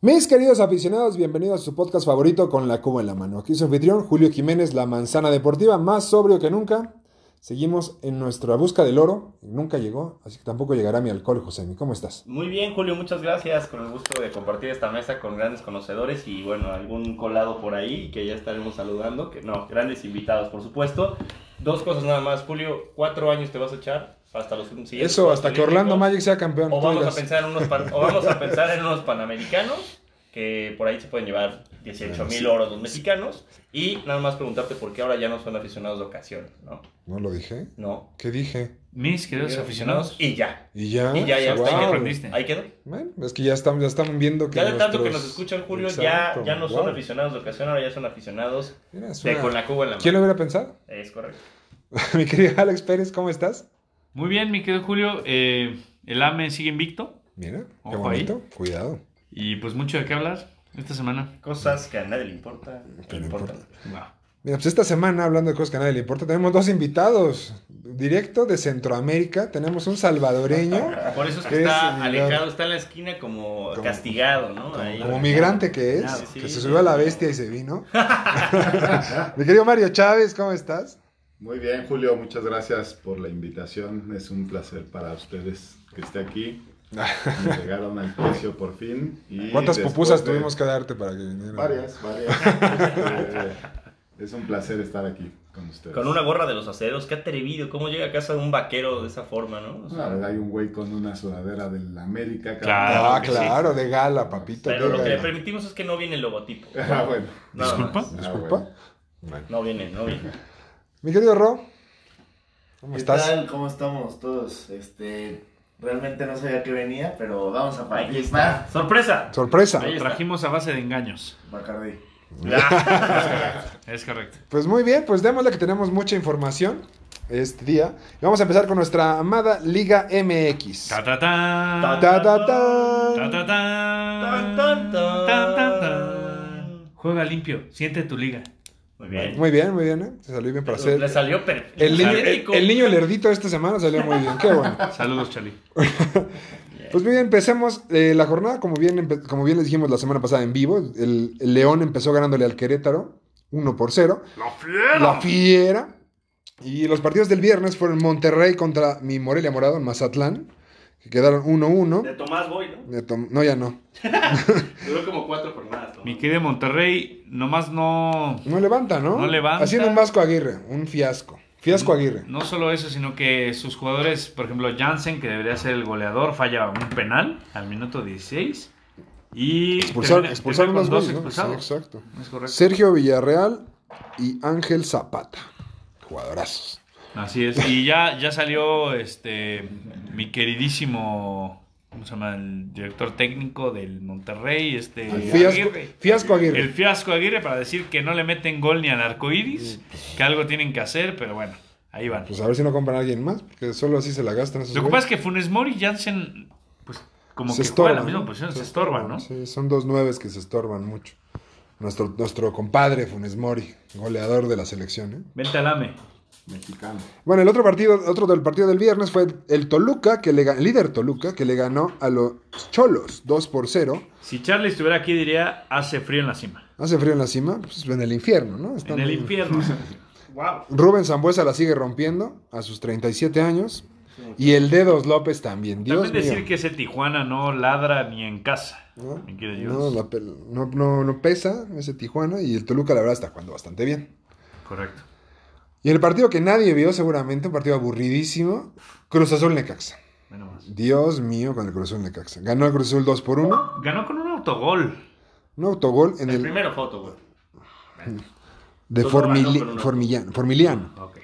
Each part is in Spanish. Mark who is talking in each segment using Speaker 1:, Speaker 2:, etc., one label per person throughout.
Speaker 1: Mis queridos aficionados, bienvenidos a su podcast favorito con la Cuba en la mano. Aquí su anfitrión, Julio Jiménez, la manzana deportiva, más sobrio que nunca. Seguimos en nuestra busca del oro, nunca llegó, así que tampoco llegará mi alcohol, Josemi. ¿Cómo estás?
Speaker 2: Muy bien, Julio, muchas gracias. Con el gusto de compartir esta mesa con grandes conocedores y, bueno, algún colado por ahí que ya estaremos saludando. Que no, grandes invitados, por supuesto. Dos cosas nada más, Julio. Cuatro años te vas a echar hasta los siguientes
Speaker 1: Eso, hasta que
Speaker 2: Olímpicos.
Speaker 1: Orlando Magic sea campeón.
Speaker 2: O
Speaker 1: tú
Speaker 2: vamos, a
Speaker 1: dirás.
Speaker 2: pensar en unos pan- o vamos a pensar en unos panamericanos que por ahí se pueden llevar 18 mil oros los mexicanos. Y nada más preguntarte por qué ahora ya no son aficionados de ocasión, ¿no?
Speaker 1: ¿No lo dije?
Speaker 2: No.
Speaker 1: ¿Qué dije?
Speaker 3: Mis queridos aficionados.
Speaker 2: Y ya.
Speaker 1: Y ya.
Speaker 2: Y ya, ya
Speaker 1: Ah, Wow.
Speaker 2: está. Ahí quedó.
Speaker 3: Aprendiste.
Speaker 2: Ahí quedó.
Speaker 1: Bueno, es que ya están, ya están viendo que.
Speaker 2: Ya de tanto que
Speaker 1: nuestros-
Speaker 2: nos escuchan, Julio,
Speaker 1: Exacto.
Speaker 2: ya, ya no son
Speaker 1: Wow.
Speaker 2: aficionados de ocasión, ahora ya son aficionados
Speaker 1: Mira, es
Speaker 2: de
Speaker 1: una-
Speaker 2: con la Cuba en la mano.
Speaker 1: ¿Quién lo hubiera pensado?
Speaker 2: Es correcto.
Speaker 1: Mi querido Alex Pérez, ¿cómo estás?
Speaker 3: Muy bien, mi querido Julio. eh, el AME sigue invicto.
Speaker 1: Mira, qué
Speaker 3: Ojo ahí.
Speaker 1: bonito. Cuidado.
Speaker 3: Y pues mucho de qué hablar esta semana.
Speaker 2: Cosas que a nadie le importa.
Speaker 1: Que
Speaker 2: Que
Speaker 1: no
Speaker 2: importan.
Speaker 1: Mira, pues esta semana, hablando de cosas que a nadie le importa, tenemos dos invitados. Directo de Centroamérica, tenemos un salvadoreño,
Speaker 2: Por eso es
Speaker 1: ¿Qué
Speaker 2: que está
Speaker 1: es,
Speaker 2: alejado, está en la esquina como,
Speaker 1: Como-
Speaker 2: castigado, ¿no? Ahí.
Speaker 1: como, como migrante que es,
Speaker 2: Sí, sí,
Speaker 1: que se
Speaker 2: sí.
Speaker 1: subió a la bestia y se vino. Mi querido Mario Chávez, ¿cómo estás?
Speaker 4: Muy bien, Julio, muchas gracias por la invitación. Es un placer para ustedes que esté aquí. Me llegaron al precio por fin. Y
Speaker 1: ¿Cuántas
Speaker 4: después
Speaker 1: pupusas
Speaker 4: de-
Speaker 1: tuvimos que darte para que vinieran?
Speaker 4: Varias, varias. Este, es un placer estar aquí con ustedes.
Speaker 2: Con una gorra de los aceros, qué atrevido, cómo llega a casa de un vaquero de esa forma, ¿no? O
Speaker 1: Ah,
Speaker 2: sea,
Speaker 4: La verdad, hay un güey con una sudadera del América.
Speaker 3: Claro
Speaker 1: Ah,
Speaker 3: que sí.
Speaker 1: claro, de gala, papito.
Speaker 2: pero
Speaker 1: de
Speaker 2: lo que le
Speaker 1: gala.
Speaker 2: permitimos es que no viene el logotipo.
Speaker 4: Ah, bueno.
Speaker 2: Nada más.
Speaker 3: Disculpa.
Speaker 4: Ah,
Speaker 1: Disculpa.
Speaker 4: bueno.
Speaker 2: No viene, no viene.
Speaker 1: Mi querido Ro, ¿cómo
Speaker 5: ¿Qué
Speaker 1: estás?
Speaker 5: tal? ¿Cómo estamos todos? Este, realmente no sabía que venía, pero vamos a
Speaker 2: Aquí está.
Speaker 5: participar.
Speaker 2: ¡Sorpresa!
Speaker 1: Sorpresa.
Speaker 2: Ahí está.
Speaker 3: Trajimos a base de engaños.
Speaker 5: Bacardi.
Speaker 3: Es correcto.
Speaker 1: Pues muy bien, pues démosle que tenemos mucha información este día. Y vamos a empezar con nuestra amada Liga MX.
Speaker 3: Ta ta tan.
Speaker 2: Ta,
Speaker 1: Ta, ta,
Speaker 3: Ta,
Speaker 1: tan.
Speaker 3: ta, tan.
Speaker 2: Tan, tan, tan.
Speaker 3: Tan, tan, tan. Juega limpio. Siente tu liga.
Speaker 2: Muy bien.
Speaker 1: Muy bien, muy bien, ¿eh? Se salió bien para hacer.
Speaker 2: Le salió perfecto.
Speaker 1: El niño, el, el niño lerdito esta semana salió muy bien, qué bueno.
Speaker 3: Saludos, Chali.
Speaker 1: Pues muy bien, empecemos eh, la jornada, como bien, empe- como bien les dijimos la semana pasada en vivo, el, el León empezó ganándole al Querétaro, 1 por 0. La fiera. La fiera. Y los partidos del viernes fueron Monterrey contra mi Morelia Morado en Mazatlán, que quedaron 1-1.
Speaker 2: De Tomás Boy, ¿no?
Speaker 1: De tom- No, ya no.
Speaker 2: Duró como cuatro jornadas. ¿no?
Speaker 3: Mi querido Monterrey, nomás no.
Speaker 1: No levanta, ¿no?
Speaker 3: No levanta. Mm.
Speaker 1: Haciendo un Vasco Aguirre, un fiasco. Fiasco Aguirre.
Speaker 3: No solo eso, sino que sus jugadores, por ejemplo, Jansen, que debería ser el goleador, falla un penal al minuto 16. Y
Speaker 1: Expulsar,
Speaker 3: termina-
Speaker 1: expulsaron
Speaker 3: termina
Speaker 1: los
Speaker 3: con dos
Speaker 1: goles, ¿no?
Speaker 3: expulsados.
Speaker 1: Sí, exacto.
Speaker 3: Es correcto.
Speaker 1: Sergio Villarreal y Ángel Zapata. Jugadorazos.
Speaker 3: Así es. Y ya, ya salió este mi queridísimo. ¿Cómo se llama? El director técnico del Monterrey, este.
Speaker 1: El fiasco,
Speaker 3: Aguirre.
Speaker 1: fiasco Aguirre.
Speaker 3: El fiasco Aguirre para decir que no le meten gol ni al arcoíris,
Speaker 1: Mm.
Speaker 3: que algo tienen que hacer, pero bueno, ahí van.
Speaker 1: Pues a ver si no compran a alguien más, porque solo así se la gastan esos
Speaker 3: Lo que pasa es
Speaker 1: güeyes.
Speaker 3: que Funes Mori y Jansen, pues, como
Speaker 1: Se
Speaker 3: que juegan
Speaker 1: estorban,
Speaker 3: la misma
Speaker 1: ¿no?
Speaker 3: posición, se estorban, ¿no?
Speaker 1: Sí, son dos nueves que se estorban mucho. Nuestro, nuestro compadre Funes Mori, goleador de la selección. ¿eh?
Speaker 3: Vente al AME.
Speaker 4: Mexicano.
Speaker 1: Bueno, el otro partido, otro del partido del viernes fue el Toluca, que le, ga- el líder Toluca, que le ganó a los Cholos 2 por 0.
Speaker 3: Si Charlie estuviera aquí, diría, hace frío en la cima.
Speaker 1: Hace frío en la cima, pues en el infierno, ¿no? Están
Speaker 3: En el
Speaker 1: ahí.
Speaker 3: infierno.
Speaker 2: Wow.
Speaker 1: Rubén Zambuesa la sigue rompiendo a sus 37 años. Y el Dedos López también. Dios
Speaker 3: También decir
Speaker 1: mío.
Speaker 3: que ese Tijuana no ladra ni en casa.
Speaker 1: ¿no?
Speaker 3: Me quiere Dios.
Speaker 1: No, la pel- no- no- no pesa ese Tijuana y el Toluca la verdad está jugando bastante bien.
Speaker 3: Correcto.
Speaker 1: Y el partido que nadie vio seguramente, un partido aburridísimo, Cruz Azul Necaxa.
Speaker 3: Menos más.
Speaker 1: Dios mío con el Cruz Azul Necaxa. Ganó el Cruz Azul 2 por 1,
Speaker 3: Ganó con un autogol.
Speaker 1: un autogol en
Speaker 2: El
Speaker 1: el
Speaker 2: primero foto, güey.
Speaker 1: de
Speaker 2: Dos goles,
Speaker 1: Formili-
Speaker 2: ¿no? Pero no.
Speaker 1: Formillan- Formiliano.
Speaker 3: Ok.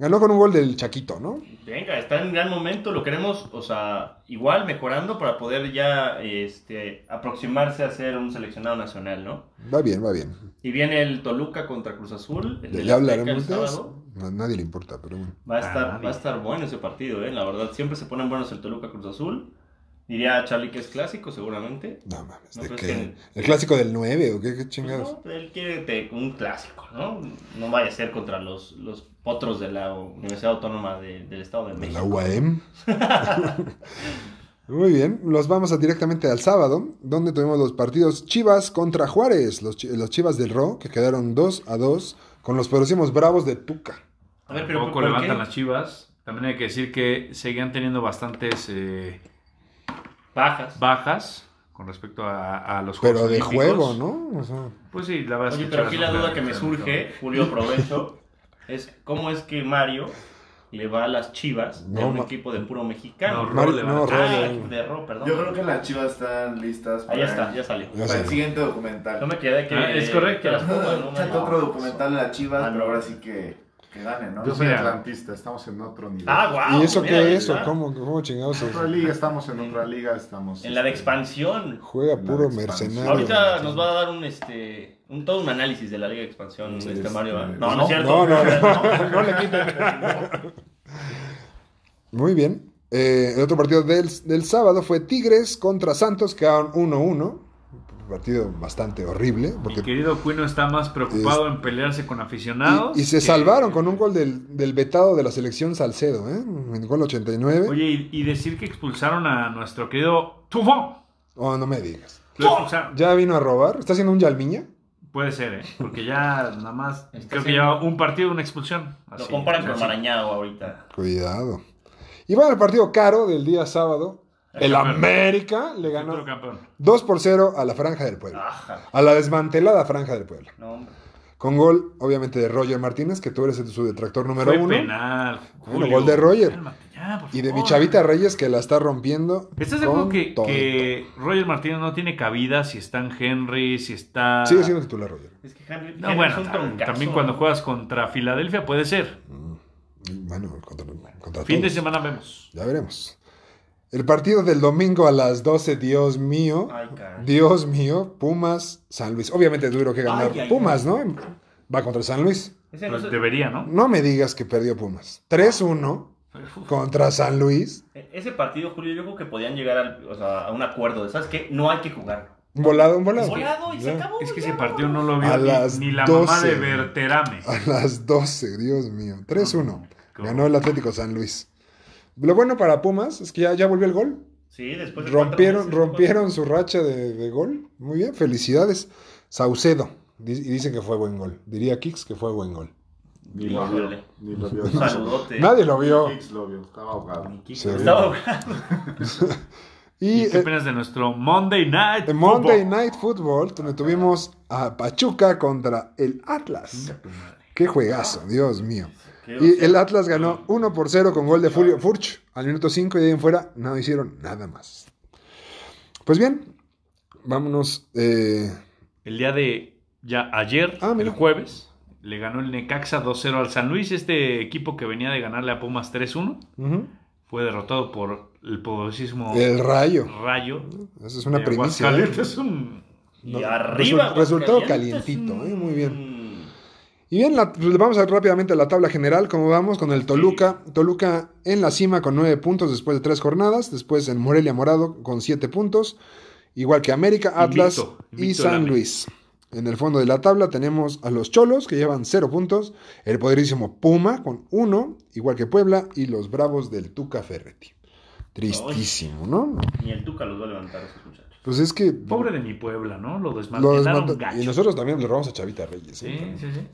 Speaker 1: Ganó con un gol del Chaquito, ¿no?
Speaker 2: Venga, está en gran momento, lo queremos, o sea, igual mejorando para poder ya este, aproximarse a ser un seleccionado nacional, ¿no?
Speaker 1: Va bien, va bien.
Speaker 2: Y viene el Toluca contra Cruz Azul. El
Speaker 1: ¿Le,
Speaker 2: del
Speaker 1: le
Speaker 2: Azteca
Speaker 1: hablaremos
Speaker 2: el
Speaker 1: de eso?
Speaker 2: sábado.
Speaker 1: A nadie le importa, pero bueno.
Speaker 2: Va a, estar,
Speaker 3: nadie.
Speaker 2: va a estar bueno ese partido, ¿eh? La verdad, siempre se ponen buenos el Toluca Cruz Azul. Diría Charlie que es clásico, seguramente. Pues
Speaker 1: No mames,
Speaker 2: No,
Speaker 1: ¿de
Speaker 2: pero es
Speaker 1: qué?
Speaker 2: que-
Speaker 1: ¿El clásico del 9 o qué, qué
Speaker 2: Pues
Speaker 1: chingados?
Speaker 2: no, él quiere te- un clásico, ¿no? No vaya a ser contra los, los potros de la Universidad Autónoma de- del Estado de
Speaker 1: ¿De La
Speaker 2: México.
Speaker 1: UAM. Muy bien, los vamos a directamente al sábado, donde tuvimos los partidos Chivas contra Juárez, los, chi- los Chivas del Ro, que quedaron 2 a 2 con los próximos Bravos de Tuca.
Speaker 2: A ver, pero
Speaker 3: Tampoco
Speaker 2: ¿por
Speaker 3: levantan
Speaker 2: qué?
Speaker 3: las chivas. También hay que decir que seguían teniendo bastantes eh,
Speaker 2: Bajas.
Speaker 3: bajas con respecto a, a los
Speaker 1: Pero
Speaker 3: Juegos
Speaker 1: de
Speaker 3: Olímpicos.
Speaker 1: juego, ¿no? O sea,
Speaker 3: Pues sí, la verdad es
Speaker 2: Oye,
Speaker 3: que
Speaker 2: pero
Speaker 3: Chivas
Speaker 2: aquí la
Speaker 3: no
Speaker 2: duda
Speaker 3: fue-
Speaker 2: que me
Speaker 3: fue-
Speaker 2: surge, Julio, aprovecho, es cómo es que Mario le va a las Chivas de
Speaker 1: No,
Speaker 2: un
Speaker 1: ma-
Speaker 2: equipo de puro mexicano.
Speaker 3: No,
Speaker 1: Mari-
Speaker 3: le van a-
Speaker 1: no, Ro,
Speaker 2: ah,
Speaker 1: le-
Speaker 2: de Ro, perdón.
Speaker 5: Yo creo que las chivas están listas para,
Speaker 2: Ahí está, ya salió.
Speaker 1: Ya
Speaker 5: para el
Speaker 1: sé.
Speaker 5: siguiente
Speaker 2: No
Speaker 5: documental.
Speaker 2: me quedé que...
Speaker 3: Ah, es correcto.
Speaker 2: que las pongan, ¿no?
Speaker 5: Chate otro documental de las chivas,
Speaker 2: Ah, no.
Speaker 5: pero ahora sí que, que gane, ¿no?
Speaker 4: Yo soy
Speaker 3: Mira.
Speaker 4: atlantista, estamos en otro nivel.
Speaker 2: Ah, guau.
Speaker 1: ¿Y eso
Speaker 2: mira, ahí
Speaker 1: qué es? o
Speaker 2: está.
Speaker 1: ¿Cómo, cómo chingados? es?
Speaker 4: Otra liga, estamos en otra liga, estamos...
Speaker 2: En la de
Speaker 4: este,
Speaker 2: expansión.
Speaker 1: Juega
Speaker 4: La
Speaker 1: puro
Speaker 4: expansión.
Speaker 1: mercenario.
Speaker 2: Ahorita nos va a dar un este un todo un análisis de la Liga de Expansión
Speaker 4: Sí,
Speaker 2: este
Speaker 4: este,
Speaker 2: Mario. ¿eh?
Speaker 4: pues
Speaker 2: No, no,
Speaker 1: no,
Speaker 2: es cierto.
Speaker 1: no, no,
Speaker 2: le quiten.
Speaker 1: Muy bien. Eh, el otro partido del, del sábado fue Tigres contra Santos, quedaron 1-1. Un Partido bastante horrible.
Speaker 3: Mi
Speaker 1: Porque,
Speaker 3: querido Cuino está más preocupado en pelearse con aficionados.
Speaker 1: y, y se
Speaker 3: que-
Speaker 1: salvaron con un gol del, del vetado de la selección Salcedo, ¿eh? En el gol 89.
Speaker 3: Oye, y, y decir que expulsaron a nuestro querido Tufón.
Speaker 1: Oh, no me digas.
Speaker 3: Lo expulsaron.
Speaker 1: ¿Ya vino a robar? ¿Está haciendo un Yalmiña?
Speaker 3: Puede ser, ¿eh? Porque ya nada más.
Speaker 2: Está
Speaker 3: creo que
Speaker 2: haciendo-
Speaker 3: lleva un partido, una expulsión.
Speaker 2: Lo
Speaker 3: Así,
Speaker 2: comparan con
Speaker 3: así.
Speaker 2: Marañao ahorita.
Speaker 1: Cuidado. Y bueno, el partido caro del día sábado. El
Speaker 3: Ajá,
Speaker 1: América le
Speaker 3: Futuro
Speaker 1: ganó
Speaker 3: campeón.
Speaker 1: 2 por 0 a la Franja del Pueblo.
Speaker 3: Ah.
Speaker 2: Ajá.
Speaker 1: A la desmantelada Franja del Pueblo.
Speaker 2: No, hombre.
Speaker 1: Con gol, obviamente, de Roger Martínez, que tú eres su detractor número
Speaker 3: Fue
Speaker 1: uno.
Speaker 3: penal.
Speaker 1: Bueno,
Speaker 3: Julio.
Speaker 1: gol de Roger.
Speaker 3: Cálmate ya, por
Speaker 1: Y de mi
Speaker 3: favor.
Speaker 1: chavita Reyes, que la está rompiendo.
Speaker 3: ¿Estás de
Speaker 1: con
Speaker 3: acuerdo que,
Speaker 1: todo.
Speaker 3: que Roger Martínez no tiene cabida si está en Henry, si está.
Speaker 1: Sigue siendo titular Roger.
Speaker 2: Es que Henry,
Speaker 3: No,
Speaker 2: Henry
Speaker 3: bueno,
Speaker 2: es un troncazo.
Speaker 3: también cuando juegas contra Filadelfia puede ser.
Speaker 1: Y Bueno, contra, contra
Speaker 3: Fin de
Speaker 1: todos.
Speaker 3: semana vemos.
Speaker 1: Ya veremos. El partido del domingo a las 12, Dios mío.
Speaker 2: Ay, caray.
Speaker 1: Dios mío, Pumas, San Luis. Obviamente duro que ganar
Speaker 2: Ay, ay,
Speaker 1: Pumas, ¿no? Va contra San Luis.
Speaker 2: Ese no
Speaker 3: Pues
Speaker 2: se-
Speaker 3: debería, ¿no?
Speaker 1: No me digas que perdió Pumas. 3-1 contra San Luis.
Speaker 2: e- ese partido, Julio, yo creo que podían llegar al- o sea, a un acuerdo. de, ¿Sabes qué? No hay que jugarlo.
Speaker 1: Un volado, un volado.
Speaker 2: Volado y se
Speaker 1: Ya.
Speaker 2: acabó.
Speaker 3: Es que
Speaker 2: ya,
Speaker 3: ese partido
Speaker 2: vámonos.
Speaker 3: no lo vio
Speaker 1: A
Speaker 3: ni,
Speaker 1: las
Speaker 3: ni la mamá
Speaker 1: 12.
Speaker 3: de Berterame.
Speaker 1: A las 12, Dios mío. 3-1.
Speaker 3: ¿Cómo?
Speaker 1: Ganó el Atlético San Luis. Lo bueno para Pumas es que ya, ya volvió el gol.
Speaker 2: Sí, después Pues de cuatro
Speaker 1: Rompieron,
Speaker 2: meses,
Speaker 1: rompieron su racha de, de gol. Muy bien, felicidades. Saucedo. Di- Y dicen que fue buen gol. Diría Kix que fue buen gol.
Speaker 4: Ni lo vio,
Speaker 2: Híjole.
Speaker 4: ni lo vio.
Speaker 2: Un saludote.
Speaker 1: Nadie lo vio.
Speaker 4: Hicks lo vio, estaba ahogado.
Speaker 1: Sí.
Speaker 2: Estaba jugando.
Speaker 1: Y
Speaker 3: ¿Y qué
Speaker 1: eh,
Speaker 3: opinas de nuestro Monday Night?
Speaker 1: en Monday
Speaker 3: Football?
Speaker 1: Night Football, donde tuvimos a Pachuca contra el Atlas. Qué juegazo, Dios mío.
Speaker 2: Qué
Speaker 1: Y
Speaker 2: grosero.
Speaker 1: el Atlas ganó 1 por 0 con gol de Fulio Furch. Al minuto 5 y de ahí en fuera no hicieron nada más. Pues bien, vámonos. eh,
Speaker 3: El día de ya ayer,
Speaker 1: Ah, mira.
Speaker 3: el jueves, le ganó el Necaxa 2-0 al San Luis. Este equipo que venía de ganarle a Pumas 3-1
Speaker 1: ujú.
Speaker 3: fue derrotado por el poderosísimo
Speaker 1: El rayo.
Speaker 3: Rayo.
Speaker 1: Esa es Eh, una
Speaker 3: de
Speaker 1: primicia. ¿eh?
Speaker 3: Aguascalientes. Es un-
Speaker 2: Y
Speaker 1: No,
Speaker 2: arriba.
Speaker 1: resu- resultado
Speaker 2: Aguascalientes,
Speaker 1: calientito,
Speaker 2: mm,
Speaker 1: eh, muy Y bien, la- pues vamos a ver rápidamente a la tabla general, como vamos con el Toluca. Toluca en la cima con nueve puntos después de tres jornadas. Después en Morelia Morado con siete puntos. Igual que América, Atlas
Speaker 3: Invicto,
Speaker 1: y
Speaker 3: invicto el
Speaker 1: San
Speaker 3: América.
Speaker 1: Luis. En el fondo de la tabla tenemos a los Cholos, que llevan cero puntos. El poderísimo Puma con uno, igual que Puebla. Y los Bravos del Tuca Ferretti. Tristísimo, ¿no?
Speaker 2: Ni el Tuca los va a levantar a esos muchachos.
Speaker 1: Pues es que...
Speaker 3: Pobre de mi Puebla, ¿no? Lo
Speaker 1: lo
Speaker 3: desmantelaron
Speaker 1: desmanta-
Speaker 3: gacho.
Speaker 1: y nosotros también le robamos a Chavita Reyes. ¿eh?
Speaker 3: Sí, sí, sí.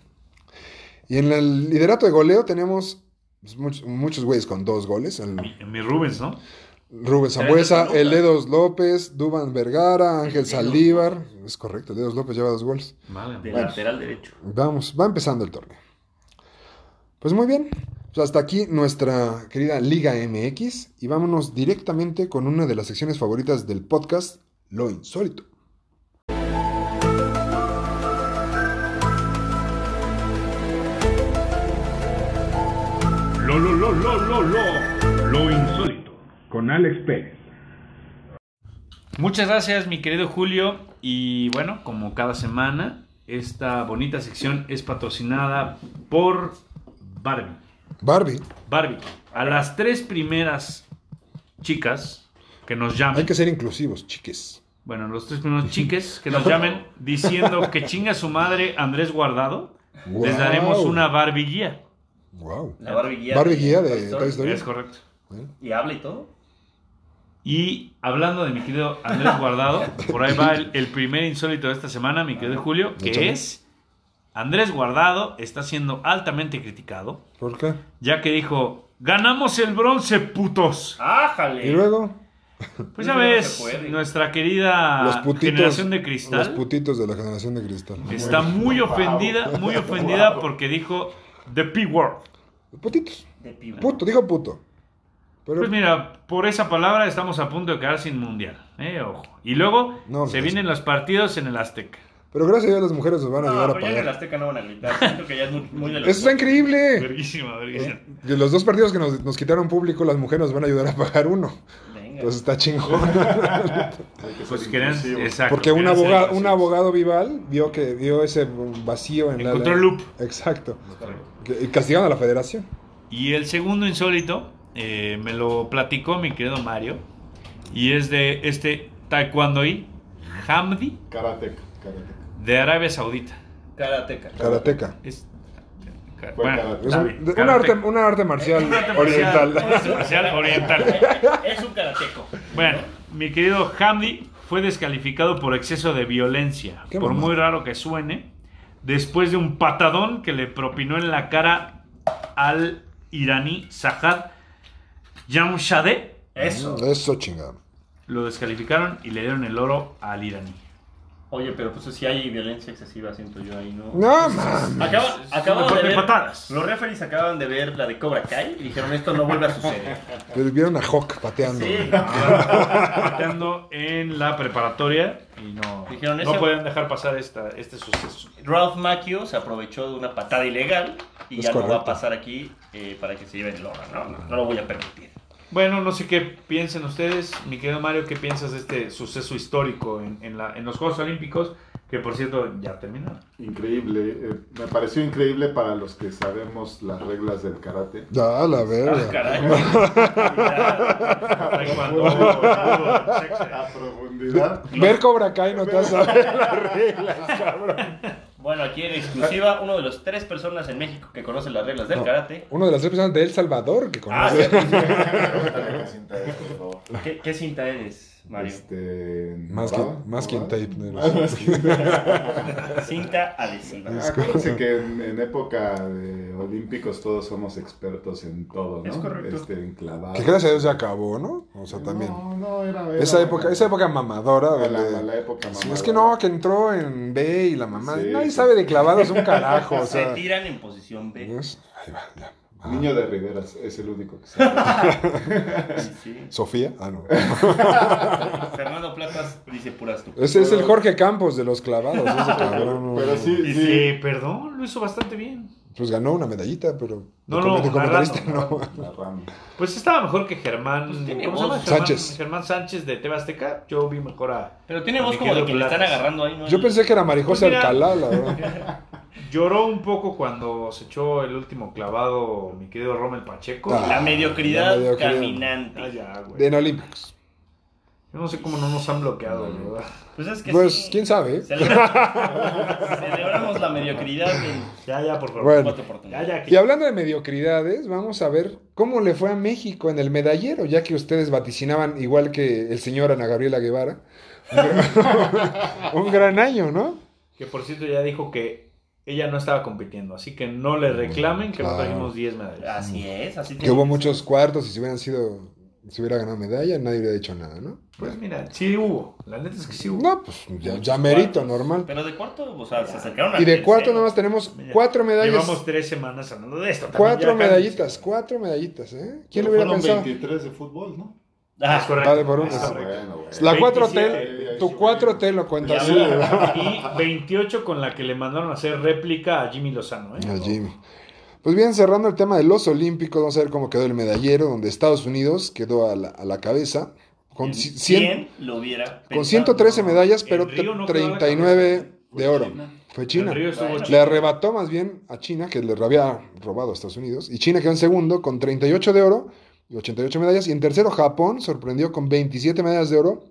Speaker 1: Y en el liderato de goleo tenemos pues, muchos, muchos güeyes con dos goles. El
Speaker 3: Mi, mi Rubens, ¿no?
Speaker 1: Rubén
Speaker 2: Tres
Speaker 1: Zambuesa,
Speaker 2: de Toluca.
Speaker 1: el Dedos López, Duban Vergara, Ángel Saldívar. Es correcto, el Dedos López lleva dos goles.
Speaker 3: Vale.
Speaker 2: De
Speaker 1: Bueno.
Speaker 2: lateral derecho.
Speaker 1: Vamos, va empezando el torneo. Pues muy bien. Pues hasta aquí nuestra querida Liga MX y vámonos directamente con una de las secciones favoritas del podcast, Lo Insólito.
Speaker 6: Lo, lo, lo, lo, lo, lo, lo insólito.
Speaker 7: Con Alex Pérez.
Speaker 3: Muchas gracias, mi querido Julio. Y bueno, como cada semana, esta bonita sección es patrocinada por Barbie.
Speaker 1: Barbie.
Speaker 3: Barbie, a las tres primeras chicas que nos llamen.
Speaker 1: Hay que ser inclusivos, chiques.
Speaker 3: Bueno, los tres primeros chiques que nos llamen diciendo que chinga su madre Andrés Guardado, les
Speaker 1: Guau.
Speaker 3: daremos una Barbie guía.
Speaker 1: Wow.
Speaker 2: La Barbie guía.
Speaker 1: Barbie guía de
Speaker 2: Toy Story.
Speaker 1: Toy Story.
Speaker 3: Es correcto.
Speaker 2: Y habla y todo.
Speaker 3: Y hablando de mi querido Andrés Guardado, por ahí va el, el primer insólito de esta semana, mi querido Julio,
Speaker 1: Échale.
Speaker 3: que es Andrés Guardado está siendo altamente criticado,
Speaker 1: ¿Por qué?
Speaker 3: ya que dijo, ganamos el bronce, putos.
Speaker 2: ¡Ájale!
Speaker 1: Y luego,
Speaker 3: Pues ya
Speaker 2: Ah, No
Speaker 3: ves,
Speaker 2: se puede.
Speaker 3: nuestra querida
Speaker 1: los putitos.
Speaker 3: generación de
Speaker 1: Los
Speaker 3: cristal
Speaker 1: putitos de la generación de cristal.
Speaker 3: está muy ofendida, muy ofendida porque dijo The P-Word.
Speaker 1: Los putitos.
Speaker 2: De piba.
Speaker 1: Puto, digo puto. Pero
Speaker 3: Pues mira, por esa palabra estamos a punto de quedar sin mundial. eh, ojo. Y luego
Speaker 1: No,
Speaker 3: se
Speaker 1: pues,
Speaker 3: vienen los partidos en el Azteca.
Speaker 1: Pero gracias a Dios las mujeres nos van a
Speaker 2: No,
Speaker 1: ayudar a
Speaker 3: pues
Speaker 2: pero ya en el
Speaker 1: pagar.
Speaker 2: Azteca no van a gritar. Siento que ya es muy, muy de los.
Speaker 1: Eso está increíble.
Speaker 3: Verguísima, verguísima.
Speaker 1: De los dos partidos que nos, nos quitaron público, las mujeres nos van a ayudar a pagar uno.
Speaker 2: Venga.
Speaker 1: Entonces está chingón.
Speaker 4: Hay que
Speaker 3: Pues
Speaker 4: ser
Speaker 3: querían,
Speaker 4: inclusivos.
Speaker 3: exacto.
Speaker 1: Porque un
Speaker 3: querían ser
Speaker 1: abogado,
Speaker 3: inclusivos.
Speaker 1: un abogado Vival vio que vio ese vacío en la
Speaker 3: Encontró
Speaker 1: ley.
Speaker 3: el loop.
Speaker 1: Exacto. Que- Y castigaron a la federación.
Speaker 3: Y el segundo insólito eh, me lo platicó mi querido Mario. Y es de este taekwondoí Hamdi
Speaker 4: Karateka, karateka.
Speaker 3: de Arabia Saudita.
Speaker 2: Karateca.
Speaker 1: Karateca.
Speaker 3: Es,
Speaker 4: Fue karate.
Speaker 1: Es
Speaker 3: está
Speaker 1: un- de-
Speaker 3: bien,
Speaker 1: una,
Speaker 3: karate.
Speaker 1: arte, una arte marcial
Speaker 3: Un arte marcial,
Speaker 1: oriental.
Speaker 3: un arte marcial oriental.
Speaker 2: Es un karateco.
Speaker 3: Bueno, mi querido Hamdi fue descalificado por exceso de violencia,
Speaker 1: Qué
Speaker 3: por
Speaker 1: mamá.
Speaker 3: muy raro que suene, después de un patadón que le propinó en la cara al iraní Zahad Jamshadeh.
Speaker 2: Eso.
Speaker 1: Eso chingado.
Speaker 3: Lo descalificaron y le dieron el oro al iraní.
Speaker 2: Oye, pero pues si hay violencia excesiva, siento yo ahí, ¿no?
Speaker 1: No mames.
Speaker 2: Acaba, acaban
Speaker 3: deporte
Speaker 2: de ver,
Speaker 3: de patadas.
Speaker 2: Los referees acaban de ver la de Cobra Kai y dijeron esto no vuelve a suceder.
Speaker 1: Pero Vieron a Hawk pateando.
Speaker 2: Sí.
Speaker 3: Pateando en la preparatoria y no,
Speaker 2: Dijeron,
Speaker 3: no
Speaker 2: "Ese-
Speaker 3: pueden dejar pasar esta, este suceso.
Speaker 2: Ralph Macchio se aprovechó de una patada ilegal y
Speaker 1: Es
Speaker 2: ya no va
Speaker 1: correcto.
Speaker 2: a pasar aquí eh, para que se lleven el oro. No, no, no lo voy a permitir.
Speaker 3: Bueno, no sé qué piensen ustedes. Mi querido Mario, ¿qué piensas de este suceso histórico en, en la- en los Juegos Olímpicos? Que por cierto, ya terminaron.
Speaker 4: Increíble. eh, me pareció increíble para los que sabemos las reglas del karate.
Speaker 1: Ya, la verga.
Speaker 2: Ah, Caray.
Speaker 3: Taekwondo, judo, sexo.
Speaker 4: A profundidad.
Speaker 1: Ver Cobra Kai no te vas a ver.
Speaker 2: Bueno, aquí en exclusiva, uno de los tres personas en México que conoce las reglas del karate.
Speaker 1: Uno de las tres personas de El Salvador que
Speaker 2: Ah,
Speaker 1: conoce.
Speaker 5: Dame la cinta de, por favor.
Speaker 2: ¿Qué, qué cinta eres, Mario?
Speaker 4: Este, Ah,
Speaker 1: Más que,
Speaker 4: ¿morada?
Speaker 1: más que en
Speaker 4: ¿Morada?
Speaker 1: tape. ¿no?
Speaker 2: Cinta adhesiva.
Speaker 4: Acuérdense que en, en época de olímpicos todos somos expertos en todo, ¿no?
Speaker 2: Es correcto.
Speaker 4: Este, en clavados.
Speaker 1: Que gracias a Dios ya acabó, ¿no? O sea, también.
Speaker 4: No, no, era, era-
Speaker 1: Esa época, esa época mamadora.
Speaker 4: La,
Speaker 1: donde-
Speaker 4: la- la época
Speaker 1: Sí,
Speaker 4: mamadora.
Speaker 1: es que no, que entró en B y la mamá.
Speaker 4: Sí,
Speaker 1: nadie
Speaker 4: sí.
Speaker 1: sabe de clavados un carajo. O
Speaker 2: Se
Speaker 1: sea,
Speaker 2: tiran en posición B.
Speaker 1: Dios. Ahí va, ya. Ah,
Speaker 4: Niño de Riveras es el único que sabe.
Speaker 2: Sí.
Speaker 1: Sofía. Ah, no.
Speaker 2: Fernando Platas dice puras tú.
Speaker 1: Ese es el Jorge Campos de los clavados. ese cabrón, no,
Speaker 4: Pero
Speaker 1: no.
Speaker 4: sí,
Speaker 3: Y
Speaker 4: sí.
Speaker 3: sí, perdón, lo hizo bastante bien.
Speaker 1: Pues ganó una medallita, pero.
Speaker 3: No,
Speaker 1: como-
Speaker 3: no,
Speaker 1: de comentarista,
Speaker 3: narrando,
Speaker 1: no.
Speaker 4: La rama.
Speaker 3: Pues estaba mejor que Germán.
Speaker 2: Pues tiene
Speaker 3: ¿cómo se llama?
Speaker 2: voz.
Speaker 3: Germán-
Speaker 1: Sánchez.
Speaker 3: Germán Sánchez de Tebasteca. Yo vi mejor a.
Speaker 2: Pero tiene
Speaker 3: a
Speaker 2: voz
Speaker 3: mi
Speaker 2: como de
Speaker 3: querido
Speaker 2: que le están
Speaker 3: Platas.
Speaker 2: agarrando ahí, ¿no?
Speaker 1: Yo pensé que era Marijosa
Speaker 3: Pues mira.
Speaker 1: Alcalá, la verdad.
Speaker 3: Lloró un poco cuando se echó el último clavado mi querido Rommel Pacheco.
Speaker 1: Ah.
Speaker 2: La mediocridad,
Speaker 1: La mediocridad.
Speaker 2: caminante.
Speaker 3: Ah, ya, güey.
Speaker 1: En Olímpicos.
Speaker 3: Yo no sé cómo no nos han bloqueado, la ¿verdad?
Speaker 2: Pues es que
Speaker 1: Pues,
Speaker 2: sí.
Speaker 1: quién sabe.
Speaker 2: Celebra- Celebramos la mediocridad en
Speaker 3: Ya, ya, por favor.
Speaker 1: Bueno.
Speaker 2: cuatro
Speaker 3: Ya,
Speaker 2: oportunidades.
Speaker 3: ya, que-
Speaker 1: Y hablando de mediocridades, vamos a ver cómo le fue a México en el medallero, ya que ustedes vaticinaban, igual que el señor Ana Gabriela Guevara, un gran año, ¿no?
Speaker 3: Que por cierto ya dijo que ella no estaba compitiendo, así que no le reclamen que nos
Speaker 1: Claro. Ah,
Speaker 3: trajimos 10 medallas.
Speaker 2: Así es, así
Speaker 1: Que hubo muchos cuartos y si hubieran sido, si hubiera ganado medalla, nadie hubiera dicho nada, ¿no?
Speaker 3: Pues mira, sí hubo. La neta es que sí hubo.
Speaker 1: No, pues ya, ya merito,
Speaker 2: cuartos.
Speaker 1: normal.
Speaker 2: Pero de cuarto, o sea, se acercaron a
Speaker 1: Y de cuarto nada más tenemos
Speaker 3: Mira,
Speaker 1: cuatro medallas.
Speaker 3: Llevamos tres semanas hablando de esto. también
Speaker 1: Cuatro
Speaker 3: ya cálmense.
Speaker 1: medallitas, cuatro medallitas, ¿eh? ¿Quién
Speaker 4: Pero
Speaker 1: lo hubiera
Speaker 4: fueron
Speaker 1: pensado?
Speaker 4: 23 de fútbol, ¿no?
Speaker 3: Es correcto.
Speaker 1: Vale, por un-
Speaker 3: es
Speaker 1: Ah,
Speaker 3: correcto.
Speaker 4: güey.
Speaker 1: La
Speaker 4: 27,
Speaker 1: 4T, tu
Speaker 4: sí.
Speaker 1: 4T lo cuentas así, ¿verdad?
Speaker 3: Y 28 con la que le mandaron a hacer réplica a Jimmy Lozano. ¿eh?
Speaker 1: A Jimmy. Pues bien, cerrando el tema de los Olímpicos, vamos a ver cómo quedó el medallero, donde Estados Unidos quedó a la, a la cabeza. Con,
Speaker 2: ¿Quién-
Speaker 1: ci- cien-
Speaker 2: ¿Quién lo hubiera
Speaker 1: con
Speaker 2: pensado?
Speaker 1: 113 medallas, pero
Speaker 3: El Río no quedó a la
Speaker 1: 39
Speaker 3: cabeza. ¿eh?
Speaker 1: de oro.
Speaker 3: China.
Speaker 1: Fue China.
Speaker 3: El Río estuvo
Speaker 2: Bueno.
Speaker 1: Le
Speaker 3: chido.
Speaker 1: arrebató más bien a China, que le había robado a Estados Unidos. Y China quedó en segundo con 38 de oro y 88 medallas. Y en tercero, Japón sorprendió con 27 medallas de oro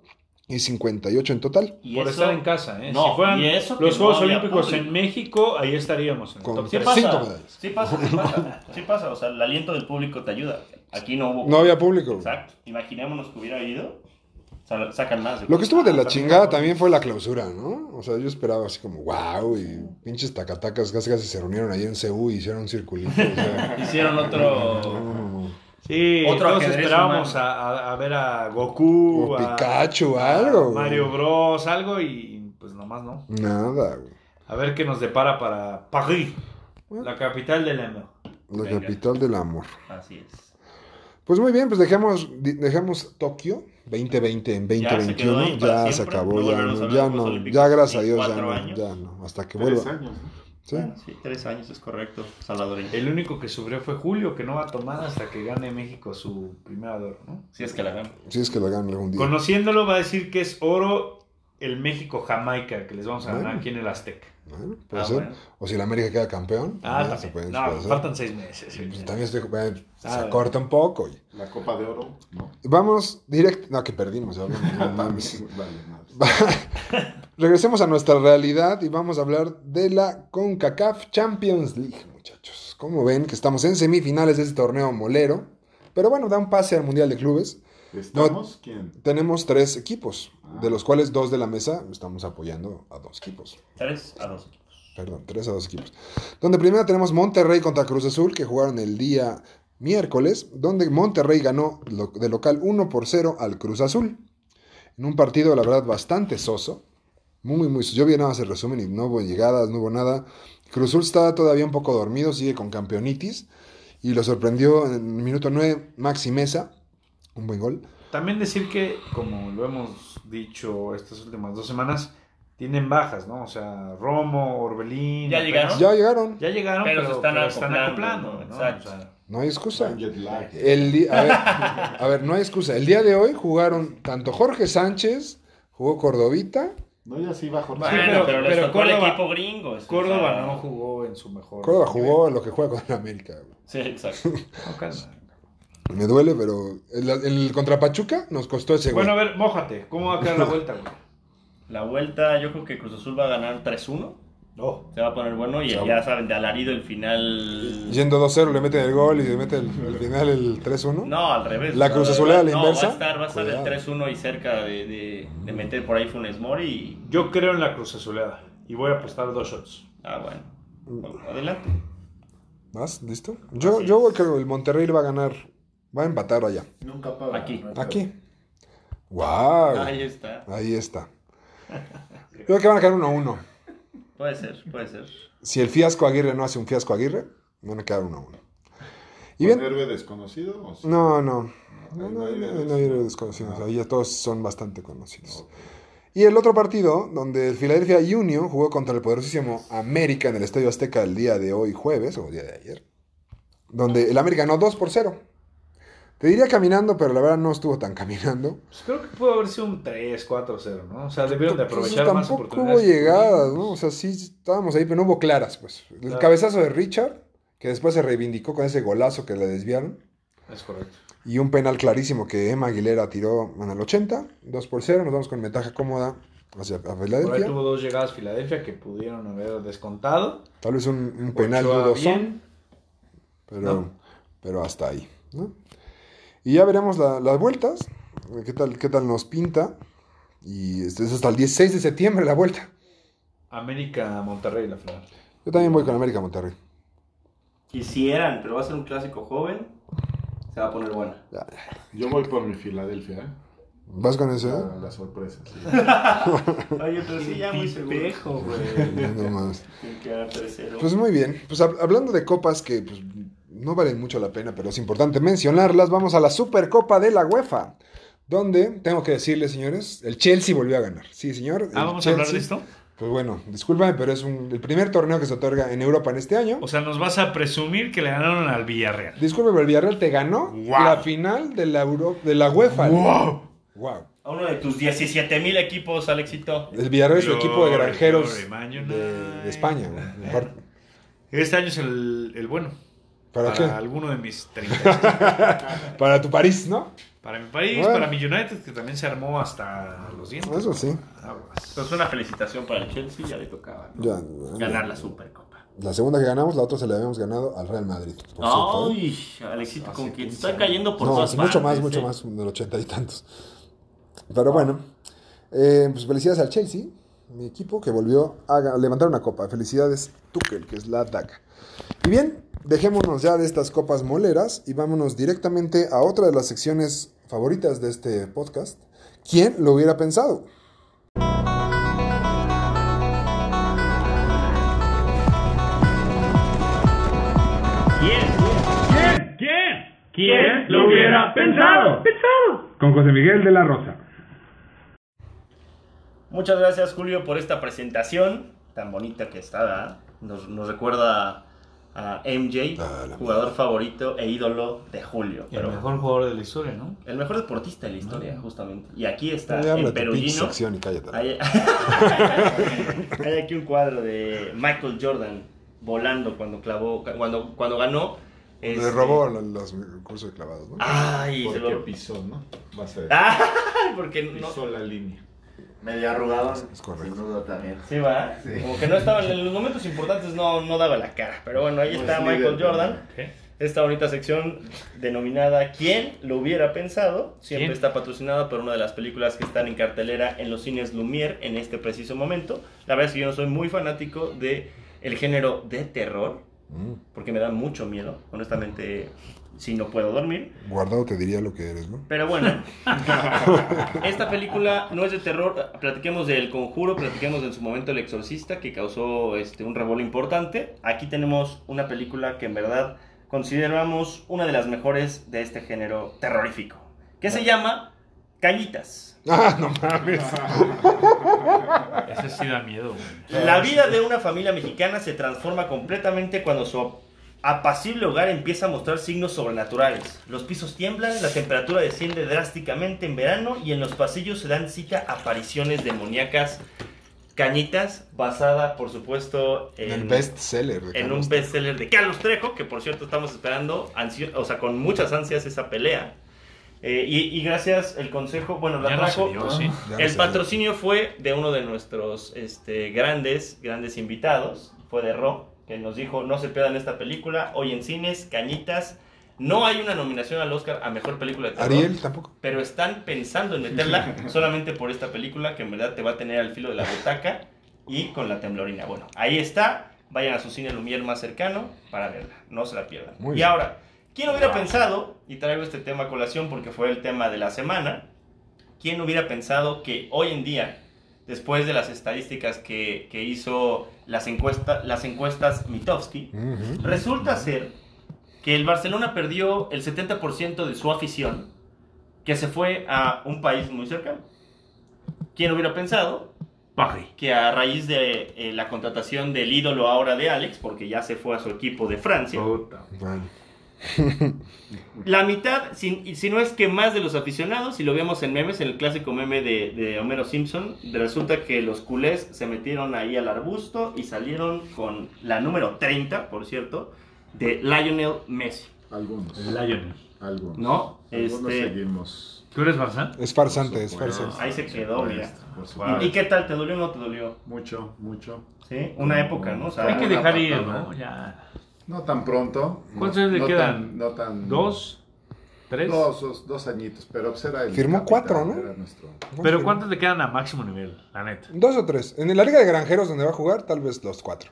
Speaker 1: y 58 en total.
Speaker 2: Y
Speaker 3: Por
Speaker 2: eso-
Speaker 3: estar en casa, ¿eh?
Speaker 2: No,
Speaker 3: si fueran
Speaker 2: y eso que
Speaker 3: los
Speaker 2: no
Speaker 3: Juegos
Speaker 2: había
Speaker 3: Olímpicos
Speaker 2: público.
Speaker 3: en México, ahí estaríamos. En el
Speaker 1: Con
Speaker 3: top
Speaker 2: Sí
Speaker 1: tres.
Speaker 3: tres.
Speaker 2: pasa,
Speaker 1: Cinco medallas.
Speaker 2: sí pasa, sí pasa, sí pasa. O sea, el aliento del público te ayuda. Aquí no hubo.
Speaker 1: No había público. güey.
Speaker 2: Exacto. Imaginémonos que hubiera ido. sa- Sacan más.
Speaker 1: Lo que estuvo de la chingada también fue la clausura, ¿no? O sea, yo esperaba así como, wow, y pinches tacatacas casi casi se reunieron ayer en Seúl y hicieron un circulito. o sea,
Speaker 3: Hicieron otro.
Speaker 1: no,
Speaker 3: Sí,
Speaker 2: Otro
Speaker 3: todos
Speaker 2: ajedrez
Speaker 3: esperábamos
Speaker 2: humano.
Speaker 3: a, a- a ver a Goku,
Speaker 1: o
Speaker 3: a,
Speaker 1: Pikachu,
Speaker 3: a
Speaker 1: algo. güey.
Speaker 3: Mario Bros, algo y pues nomás no.
Speaker 1: Nada, güey.
Speaker 3: A ver qué nos depara para París, la capital del amor.
Speaker 1: La
Speaker 2: Venga.
Speaker 1: capital del amor.
Speaker 2: Así es.
Speaker 1: Pues muy bien, pues dejemos, di- dejemos Tokio 2020 en
Speaker 2: Ya se quedó
Speaker 1: 2021.
Speaker 2: ahí
Speaker 1: Ya
Speaker 2: para
Speaker 1: se
Speaker 2: siempre.
Speaker 1: acabó,
Speaker 2: No
Speaker 1: ya
Speaker 2: volveremos a
Speaker 1: no,
Speaker 2: ver
Speaker 1: ya
Speaker 2: los Juegos
Speaker 1: no,
Speaker 2: Olímpicos
Speaker 1: ya gracias a
Speaker 2: en
Speaker 1: Dios, ya
Speaker 2: cuatro
Speaker 1: no,
Speaker 2: años.
Speaker 1: ya no, hasta que
Speaker 4: Tres
Speaker 1: vuelva.
Speaker 4: años, ¿no?
Speaker 1: ¿sí?
Speaker 2: Bueno, sí, tres años es correcto. Salvadoreño.
Speaker 3: El único que sufrió fue Julio, que no va a tomar hasta que gane México su primera de oro, ¿no?
Speaker 2: Si es que la gana.
Speaker 1: Si es que lo ganan algún día.
Speaker 3: Conociéndolo va a decir que es oro el México-Jamaica, que les vamos a ganar
Speaker 1: Bueno.
Speaker 3: aquí en el Azteca.
Speaker 1: Bueno, puede
Speaker 2: Ah,
Speaker 1: ser.
Speaker 2: bueno.
Speaker 1: O si la América queda campeón.
Speaker 3: Ah,
Speaker 1: también se
Speaker 3: también.
Speaker 1: puede-
Speaker 3: No,
Speaker 1: puede ser.
Speaker 3: faltan seis meses. sí.
Speaker 1: Pues también estoy- bueno,
Speaker 3: Ah,
Speaker 1: se corta un poco. oye.
Speaker 4: La Copa de Oro, ¿no?
Speaker 1: Vamos directo. No, que perdimos. ya, no mames.
Speaker 4: Vale, madre.
Speaker 1: Regresemos a nuestra realidad y vamos a hablar de la CONCACAF Champions League, muchachos. Como ven, que estamos en semifinales de este torneo molero. Pero bueno, da un pase al Mundial de Clubes.
Speaker 4: ¿Estamos? ¿Quién?
Speaker 1: Tenemos tres equipos, de los cuales dos de la mesa estamos apoyando a dos equipos.
Speaker 2: Tres a dos.
Speaker 1: Perdón, tres a dos equipos. Donde primero tenemos Monterrey contra Cruz Azul, que jugaron el día miércoles, donde Monterrey ganó lo- de local 1 por 0 al Cruz Azul. En un partido, la verdad, bastante soso. Muy, muy soso. Yo vi nada más el resumen y no hubo llegadas, no hubo nada. Cruz Azul está todavía un poco dormido, sigue con campeonitis. Y lo sorprendió en el minuto 9 Maxi Mesa. Un buen gol.
Speaker 3: También decir que, como lo hemos dicho estas últimas dos semanas, tienen bajas, ¿no? O sea, Romo, Orbelín.
Speaker 2: ¿Ya
Speaker 3: apenas-
Speaker 2: llegaron?
Speaker 1: Ya llegaron,
Speaker 3: Ya llegaron, pero,
Speaker 2: Pero se están
Speaker 3: pero
Speaker 2: acoplando,
Speaker 3: acoplando,
Speaker 2: ¿no?
Speaker 3: ¿no?
Speaker 2: Exacto.
Speaker 3: O sea,
Speaker 1: no hay excusa.
Speaker 4: Jet lag.
Speaker 1: El di- a, ver, a ver, no hay excusa. El día de hoy jugaron tanto Jorge Sánchez, jugó Cordovita.
Speaker 4: No, ya sí bajo.
Speaker 2: Bueno,
Speaker 3: pero-
Speaker 2: pero, les
Speaker 3: pero
Speaker 2: tocó el
Speaker 3: Córdoba-
Speaker 2: equipo gringo. o sea,
Speaker 3: Córdoba no jugó en su mejor.
Speaker 1: Córdoba jugó lo que juega con la América. güey.
Speaker 2: Sí, exacto.
Speaker 3: No, calma.
Speaker 1: Me duele, pero el, el contra Pachuca nos costó ese gol.
Speaker 3: Bueno, a ver, mójate. ¿Cómo va a quedar la vuelta, güey?
Speaker 2: La vuelta, yo creo que Cruz Azul va a ganar 3-1.
Speaker 3: No.
Speaker 2: Se va a poner bueno y
Speaker 1: Chavo.
Speaker 2: ya saben, de alarido el final.
Speaker 1: Yendo 2-0 le meten el gol y le meten el- al final el 3-1.
Speaker 2: No, al revés.
Speaker 1: ¿La Cruz Azulera a la
Speaker 2: No,
Speaker 1: inversa?
Speaker 2: Va a estar, va a estar
Speaker 1: Cuidado.
Speaker 2: el 3-1 y cerca de, de- de meter por ahí Funes Mori y.
Speaker 3: Yo creo en la Cruz Azuleada y voy a apostar dos shots.
Speaker 2: Ah, bueno.
Speaker 1: Mm.
Speaker 2: Adelante.
Speaker 1: ¿Más? ¿Listo? Yo,
Speaker 2: Así
Speaker 1: yo
Speaker 2: es.
Speaker 1: creo que el Monterrey le va a ganar. Va a empatar allá.
Speaker 5: Nunca paga.
Speaker 2: Aquí.
Speaker 5: ¿no?
Speaker 1: Aquí. ¡Wow!
Speaker 2: Ahí está.
Speaker 1: Ahí está. Yo creo que van a quedar 1-1.
Speaker 2: Puede ser, puede ser.
Speaker 1: Si el fiasco Aguirre no hace un fiasco Aguirre, van a quedar 1-1. Y
Speaker 4: ¿Un
Speaker 1: bien,
Speaker 4: héroe desconocido? o sí?
Speaker 1: No, no. No, no,
Speaker 4: ahí no hay
Speaker 1: no,
Speaker 4: héroes.
Speaker 1: no hay héroes desconocidos.
Speaker 4: Ah.
Speaker 1: Ahí ya todos son bastante conocidos.
Speaker 4: Ok.
Speaker 1: Y el otro partido, donde el Philadelphia Union jugó contra el poderosísimo América en el Estadio Azteca el día de hoy, jueves, o el día de ayer, donde el América ganó 2 por 0. Te diría caminando, pero la verdad no estuvo tan caminando.
Speaker 3: Pues creo que pudo haber sido un 3-4-0, ¿no? O sea, debieron de
Speaker 1: Entonces, pues,
Speaker 3: aprovechar más
Speaker 1: tampoco hubo
Speaker 3: oportunidades.
Speaker 1: llegadas, ¿no? O sea, sí estábamos ahí, pero no hubo claras, pues. El
Speaker 3: Claro.
Speaker 1: cabezazo de Richard, que después se reivindicó con ese golazo que le desviaron.
Speaker 3: Es correcto.
Speaker 1: Y un penal clarísimo que Emma Aguilera tiró en el 80, 2 por 0, nos vamos con ventaja cómoda hacia a
Speaker 3: Por ahí
Speaker 1: Filadelfia.
Speaker 3: tuvo dos llegadas Filadelfia que pudieron haber descontado.
Speaker 1: Tal vez un, un penal
Speaker 3: Ochoa
Speaker 1: dudosón,
Speaker 3: bien.
Speaker 1: pero,
Speaker 3: ¿no?
Speaker 1: pero hasta ahí. ¿no? Y ya veremos la- las vueltas, qué tal, qué tal nos pinta. Y este es hasta el 16 de septiembre la vuelta.
Speaker 3: América Monterrey la final.
Speaker 1: Yo también voy con América Monterrey.
Speaker 2: Quisieran, pero va a ser un clásico joven. Se va a poner buena.
Speaker 4: Yo voy por mi Filadelfia, ¿eh?
Speaker 1: ¿Vas con eh? ese?
Speaker 3: Ah,
Speaker 4: La, la sorpresa. sí.
Speaker 2: Oye, pero sí, ya muy seguro.
Speaker 1: No, no más.
Speaker 2: Tiene que ganar 3-0.
Speaker 1: Pues muy bien. Pues hab- hablando de copas que pues, no valen mucho la pena, pero es importante mencionarlas, vamos a la Supercopa de la UEFA. Donde, tengo que decirles, señores, el Chelsea volvió a ganar. Sí, señor. el
Speaker 3: Ah, vamos a
Speaker 1: Chelsea
Speaker 3: hablar de esto.
Speaker 1: Pues bueno, discúlpame, pero es un- el primer torneo que se otorga en Europa en este año.
Speaker 3: O sea, nos vas a presumir que le ganaron al Villarreal.
Speaker 1: Disculpe, pero el Villarreal te ganó
Speaker 3: Guau.
Speaker 1: la final de la, Euro- de la UEFA. ¡Wow!
Speaker 2: A uno de tus 17 mil equipos, Alexito.
Speaker 1: El Villarreal es su equipo de
Speaker 3: Glory,
Speaker 1: granjeros
Speaker 3: glory, Man
Speaker 1: de,
Speaker 3: United. Eh,
Speaker 1: de España. güey. Mejor-
Speaker 3: Este año es el, el bueno.
Speaker 1: ¿Para, qué?
Speaker 3: alguno de mis 30.
Speaker 1: Para tu París, ¿no?
Speaker 3: para mi país,
Speaker 1: Bueno.
Speaker 3: para mi United, que también se armó hasta los dientes.
Speaker 1: Eso sí.
Speaker 3: Aguas.
Speaker 2: Entonces, Pues una felicitación para el Chelsea, ya le tocaba ¿no?
Speaker 1: Ya, ya.
Speaker 2: ganar la Supercopa.
Speaker 1: La segunda que ganamos, la otra se la habíamos ganado al Real Madrid. por cierto, ¿eh?
Speaker 2: Ay, Alexito, con quien está cayendo por
Speaker 1: no,
Speaker 2: todas
Speaker 1: sí, mucho más,
Speaker 2: partes,
Speaker 1: mucho
Speaker 2: ¿eh?
Speaker 1: más, del ochenta y tantos. Pero bueno, eh, pues felicidades al Chelsea, mi equipo que volvió a ga- levantar una copa. Felicidades Tuchel, que es la DACA. Y bien, dejémonos ya de estas copas moleras y vámonos directamente a otra de las secciones favoritas de este podcast. ¿Quién lo hubiera pensado?
Speaker 6: ¿Quién? ¿Quién? ¿Quién? ¿Quién lo hubiera pensado? Pensado. Con José Miguel de la Rosa.
Speaker 2: Muchas gracias, Julio, por esta presentación tan bonita que está. ¿verdad? Nos, nos recuerda a MJ,
Speaker 1: Ah, la
Speaker 2: jugador favorito e ídolo de Julio.
Speaker 3: Y el
Speaker 2: Pero
Speaker 3: mejor jugador de la historia, ¿no?
Speaker 2: el mejor deportista de la historia, justamente. Y aquí está
Speaker 1: Ya habla
Speaker 2: el
Speaker 1: de tu pinche
Speaker 2: perugino.
Speaker 1: sección y cállate.
Speaker 2: Hay, hay aquí un cuadro de Michael Jordan volando cuando clavó, cuando, cuando ganó.
Speaker 1: Le
Speaker 2: este-
Speaker 1: robó lo- los, cursos de clavados, ¿no?
Speaker 2: Ay, se
Speaker 4: Porque
Speaker 2: lo...
Speaker 4: pisó, ¿no? Vas a ver.
Speaker 2: Ay, porque no...
Speaker 4: Pisó la línea.
Speaker 5: Medio arrugado.
Speaker 1: Es correcto.
Speaker 5: Sin duda también.
Speaker 2: Sí, va. Como que no estaba en los momentos importantes, no, no daba la cara. Pero bueno, ahí
Speaker 4: No
Speaker 2: está
Speaker 4: es
Speaker 2: Michael
Speaker 4: líder,
Speaker 2: Jordan. Esta bonita sección denominada ¿Quién lo hubiera pensado? Siempre
Speaker 3: ¿Quién?
Speaker 2: está patrocinada por una de las películas que están en cartelera en los cines Lumière en este preciso momento. La verdad es que yo no soy muy fanático de el género de terror,
Speaker 1: Mm.
Speaker 2: porque me da mucho miedo, honestamente, si no puedo dormir.
Speaker 1: Guardado te diría lo que eres, ¿no?
Speaker 2: Pero bueno, esta película no es de terror. Platiquemos del conjuro, platiquemos en su momento el exorcista que causó este, un revuelo importante. Aquí tenemos una película que en verdad consideramos una de las mejores de este género terrorífico, que se llama Cañitas.
Speaker 1: Ah, no mames.
Speaker 3: Ese sí da miedo, güey.
Speaker 2: La vida de una familia mexicana se transforma completamente cuando su apacible hogar empieza a mostrar signos sobrenaturales. Los pisos tiemblan, la temperatura desciende drásticamente en verano y en los pasillos se dan cita a apariciones demoníacas. Cañitas, basada por supuesto en,
Speaker 1: El best seller. de
Speaker 2: en
Speaker 1: Carlos.
Speaker 2: un bestseller de Carlos Trejo, que por cierto estamos esperando, ansio- o sea, con muchas ansias esa pelea. Eh, y, y gracias el consejo, bueno, la
Speaker 3: Ya no
Speaker 2: trajo
Speaker 3: se dio, sí.
Speaker 1: Ya no
Speaker 2: el
Speaker 1: sé.
Speaker 2: patrocinio fue de uno de nuestros este, grandes, grandes invitados, fue de Ro, que nos dijo, no se pierdan esta película, hoy en cines, cañitas, no hay una nominación al Oscar a Mejor Película de Terror,
Speaker 1: Ariel tampoco.
Speaker 2: pero están pensando en meterla solamente por esta película que en verdad te va a tener al filo de la butaca y con la temblorina. Bueno, ahí está, vayan a su cine Lumière más cercano para verla, no se la pierdan.
Speaker 1: Muy
Speaker 2: y
Speaker 1: bien.
Speaker 2: ahora, ¿quién hubiera pensado, y traigo este tema a colación porque fue el tema de la semana, ¿Quién hubiera pensado que hoy en día, después de las estadísticas que, que hizo las, encuesta, las encuestas Mitofsky,
Speaker 1: Ujú.
Speaker 2: resulta ser que el Barcelona perdió el 70% de su afición, que se fue a un país muy cercano? ¿Quién hubiera pensado
Speaker 3: Paje.
Speaker 2: que a raíz de eh, la contratación del ídolo ahora de Alex, porque ya se fue a su equipo de Francia,
Speaker 4: Puta.
Speaker 1: Bueno,
Speaker 2: La mitad, si, si no es que más de los aficionados, si lo vemos en memes, en el clásico meme de, de Homero Simpson, de- resulta que los culés se metieron ahí al arbusto y salieron con la número 30, por cierto, de Lionel Messi,
Speaker 4: Algunos.
Speaker 3: Lion.
Speaker 4: Algunos.
Speaker 2: ¿no?
Speaker 4: Algunos
Speaker 2: Este,
Speaker 4: seguimos.
Speaker 3: ¿Tú eres Barça?
Speaker 1: es farsante, es
Speaker 4: Por supuesto,
Speaker 1: farsante.
Speaker 2: Ahí se quedó,
Speaker 4: por
Speaker 2: mira.
Speaker 4: supuesto, por
Speaker 2: ¿y-
Speaker 4: supuesto.
Speaker 2: ¿Y, qué tal? ¿Te dolió o no te dolió?
Speaker 4: Mucho, mucho.
Speaker 2: ¿Sí? Una época, ¿no? O sea,
Speaker 3: Hay que
Speaker 4: una
Speaker 3: dejar
Speaker 4: patada,
Speaker 3: ir,
Speaker 4: ¿no?
Speaker 3: ¿no? Ya.
Speaker 4: No tan pronto.
Speaker 3: ¿Cuántos
Speaker 4: No-
Speaker 3: años le
Speaker 4: no
Speaker 3: quedan?
Speaker 4: tan- no
Speaker 3: Mm.
Speaker 4: tan.
Speaker 3: ¿Dos? ¿Tres?
Speaker 4: Dos, dos, dos añitos, pero pues era el.
Speaker 1: Firmó
Speaker 4: capitán,
Speaker 1: cuatro, ¿no?
Speaker 4: Era nuestro.
Speaker 3: ¿Pero cuántos le quedan a máximo nivel, la neta?
Speaker 1: Dos o tres. En la liga de granjeros donde va a jugar, tal vez los cuatro.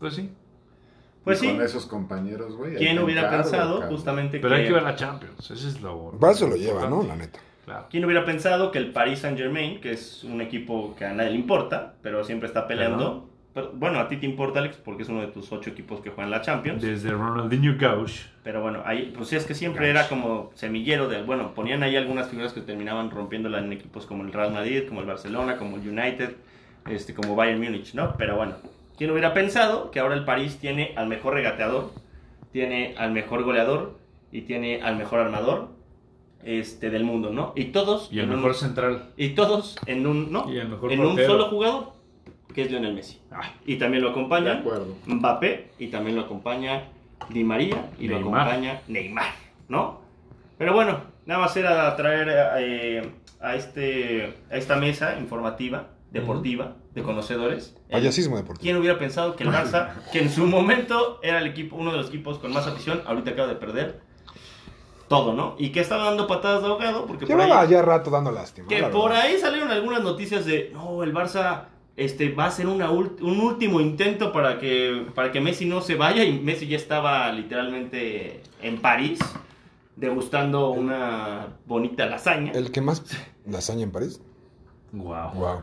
Speaker 3: Pues sí.
Speaker 2: pues
Speaker 4: Y
Speaker 2: sí,
Speaker 4: Con esos compañeros, güey. hay
Speaker 2: ¿quién
Speaker 4: que
Speaker 2: hubiera
Speaker 4: entrar,
Speaker 2: pensado
Speaker 4: cabrón.
Speaker 2: justamente
Speaker 3: Pero hay que
Speaker 2: que...
Speaker 3: ver la Champions. Ese es lo.
Speaker 1: Para eso lo lleva, ¿no? La neta.
Speaker 3: Claro.
Speaker 2: ¿Quién hubiera pensado que el Paris Saint Germain, que es un equipo que a nadie le importa, pero siempre está peleando? Pero, bueno, a ti te importa, Alex, porque es uno de tus ocho equipos que juegan la Champions.
Speaker 3: Desde Ronaldinho Gauch.
Speaker 2: Pero bueno, ahí, pues sí, es que siempre era como semillero de. Bueno, ponían ahí algunas figuras que terminaban rompiéndola en equipos como el Real Madrid, como el Barcelona, como el United. este, como Bayern Múnich, ¿no? Pero bueno, ¿quién hubiera pensado que ahora el París tiene al mejor regateador, tiene al mejor goleador y tiene al mejor armador este, del mundo, ¿no? Y todos,
Speaker 3: Y el
Speaker 2: en un-
Speaker 3: mejor central.
Speaker 2: y todos en un, ¿no?
Speaker 3: Y el mejor
Speaker 2: en un
Speaker 3: portero. Ah,
Speaker 2: solo jugador, que es Lionel Messi. Y también lo
Speaker 4: De
Speaker 2: acompaña
Speaker 4: acuerdo.
Speaker 2: Mbappé y también lo acompaña Di María y lo
Speaker 3: Neymar.
Speaker 2: acompaña Neymar, ¿no? Pero bueno, nada más era traer eh, a, este, a esta mesa informativa, deportiva, de conocedores. Eh,
Speaker 1: Payasismo deportivo.
Speaker 2: ¿Quién hubiera pensado que el Barça, que en su momento era el equipo, uno de los equipos con más afición, ahorita acaba de perder todo, ¿no? Y que estaba dando patadas de ahogado porque por
Speaker 1: Llevaba
Speaker 2: ahí-
Speaker 1: ya rato dando lástima.
Speaker 2: que
Speaker 1: la
Speaker 2: por
Speaker 1: verdad.
Speaker 2: ahí salieron algunas noticias de, no, el Barça este, va a hacer una ult- un último intento para que, para que Messi no se vaya y Messi ya estaba literalmente en París degustando una bonita lasaña,
Speaker 1: El que más lasaña en París.
Speaker 3: Wow.
Speaker 1: Wow.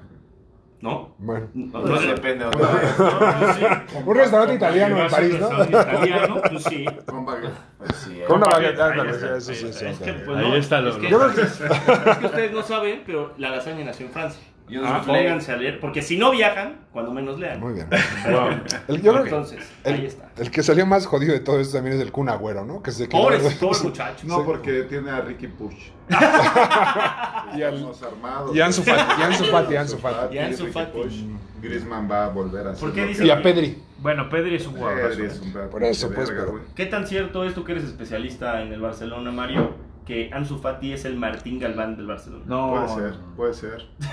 Speaker 2: ¿no?
Speaker 1: Bueno.
Speaker 2: No, no,
Speaker 5: Pues
Speaker 2: no,
Speaker 5: depende otra vez.
Speaker 1: Un restaurante italiano en París, ¿no?
Speaker 2: italiano, pues sí.
Speaker 4: Con baguette.
Speaker 5: Pues sí,
Speaker 1: Con una
Speaker 3: Ahí
Speaker 1: baguette.
Speaker 3: está,
Speaker 1: ándale,
Speaker 3: ahí está,
Speaker 1: sí, sí,
Speaker 3: ahí
Speaker 1: sí,
Speaker 3: está. Es que,
Speaker 1: sí.
Speaker 2: Pues
Speaker 3: Ahí
Speaker 2: no,
Speaker 3: está lo-
Speaker 2: es que-
Speaker 1: Yo creo que
Speaker 2: es que ustedes no saben, pero la lasaña nació en Francia.
Speaker 5: Y un
Speaker 2: Ah,
Speaker 5: soufflé.
Speaker 2: pónganse a leer, porque si no viajan, cuando menos lean.
Speaker 1: Muy bien.
Speaker 3: Wow.
Speaker 1: El, yo creo que
Speaker 2: Entonces,
Speaker 1: el-
Speaker 2: ahí está.
Speaker 1: el que salió más jodido de todo esto también es el Kun Agüero, ¿no? Que se quedó-
Speaker 2: Pobres, pobres muchachos.
Speaker 4: No, porque tiene a Ricky Push.
Speaker 1: Y al-
Speaker 4: Estamos armados.
Speaker 1: Y Ansu Fati, y Ansu Fati, Ansu Fati.
Speaker 4: Fati,
Speaker 2: Y Ansu
Speaker 4: Ricky
Speaker 2: Fati.
Speaker 4: Push. Griezmann va a volver a ser
Speaker 2: ¿Por qué
Speaker 4: lo
Speaker 2: dice-
Speaker 1: Y a Pedri.
Speaker 3: Bueno, Pedri es un
Speaker 4: que-
Speaker 3: jugador.
Speaker 4: Pedri es un pedazo
Speaker 1: Por eso,
Speaker 4: de
Speaker 1: pues,
Speaker 4: verga,
Speaker 1: pero-
Speaker 4: güey.
Speaker 2: ¿Qué tan cierto es tú que eres especialista en el Barcelona, Mario? Que Ansu Fati es el Martín Galván del Barcelona.
Speaker 3: No,
Speaker 4: Puede ser, puede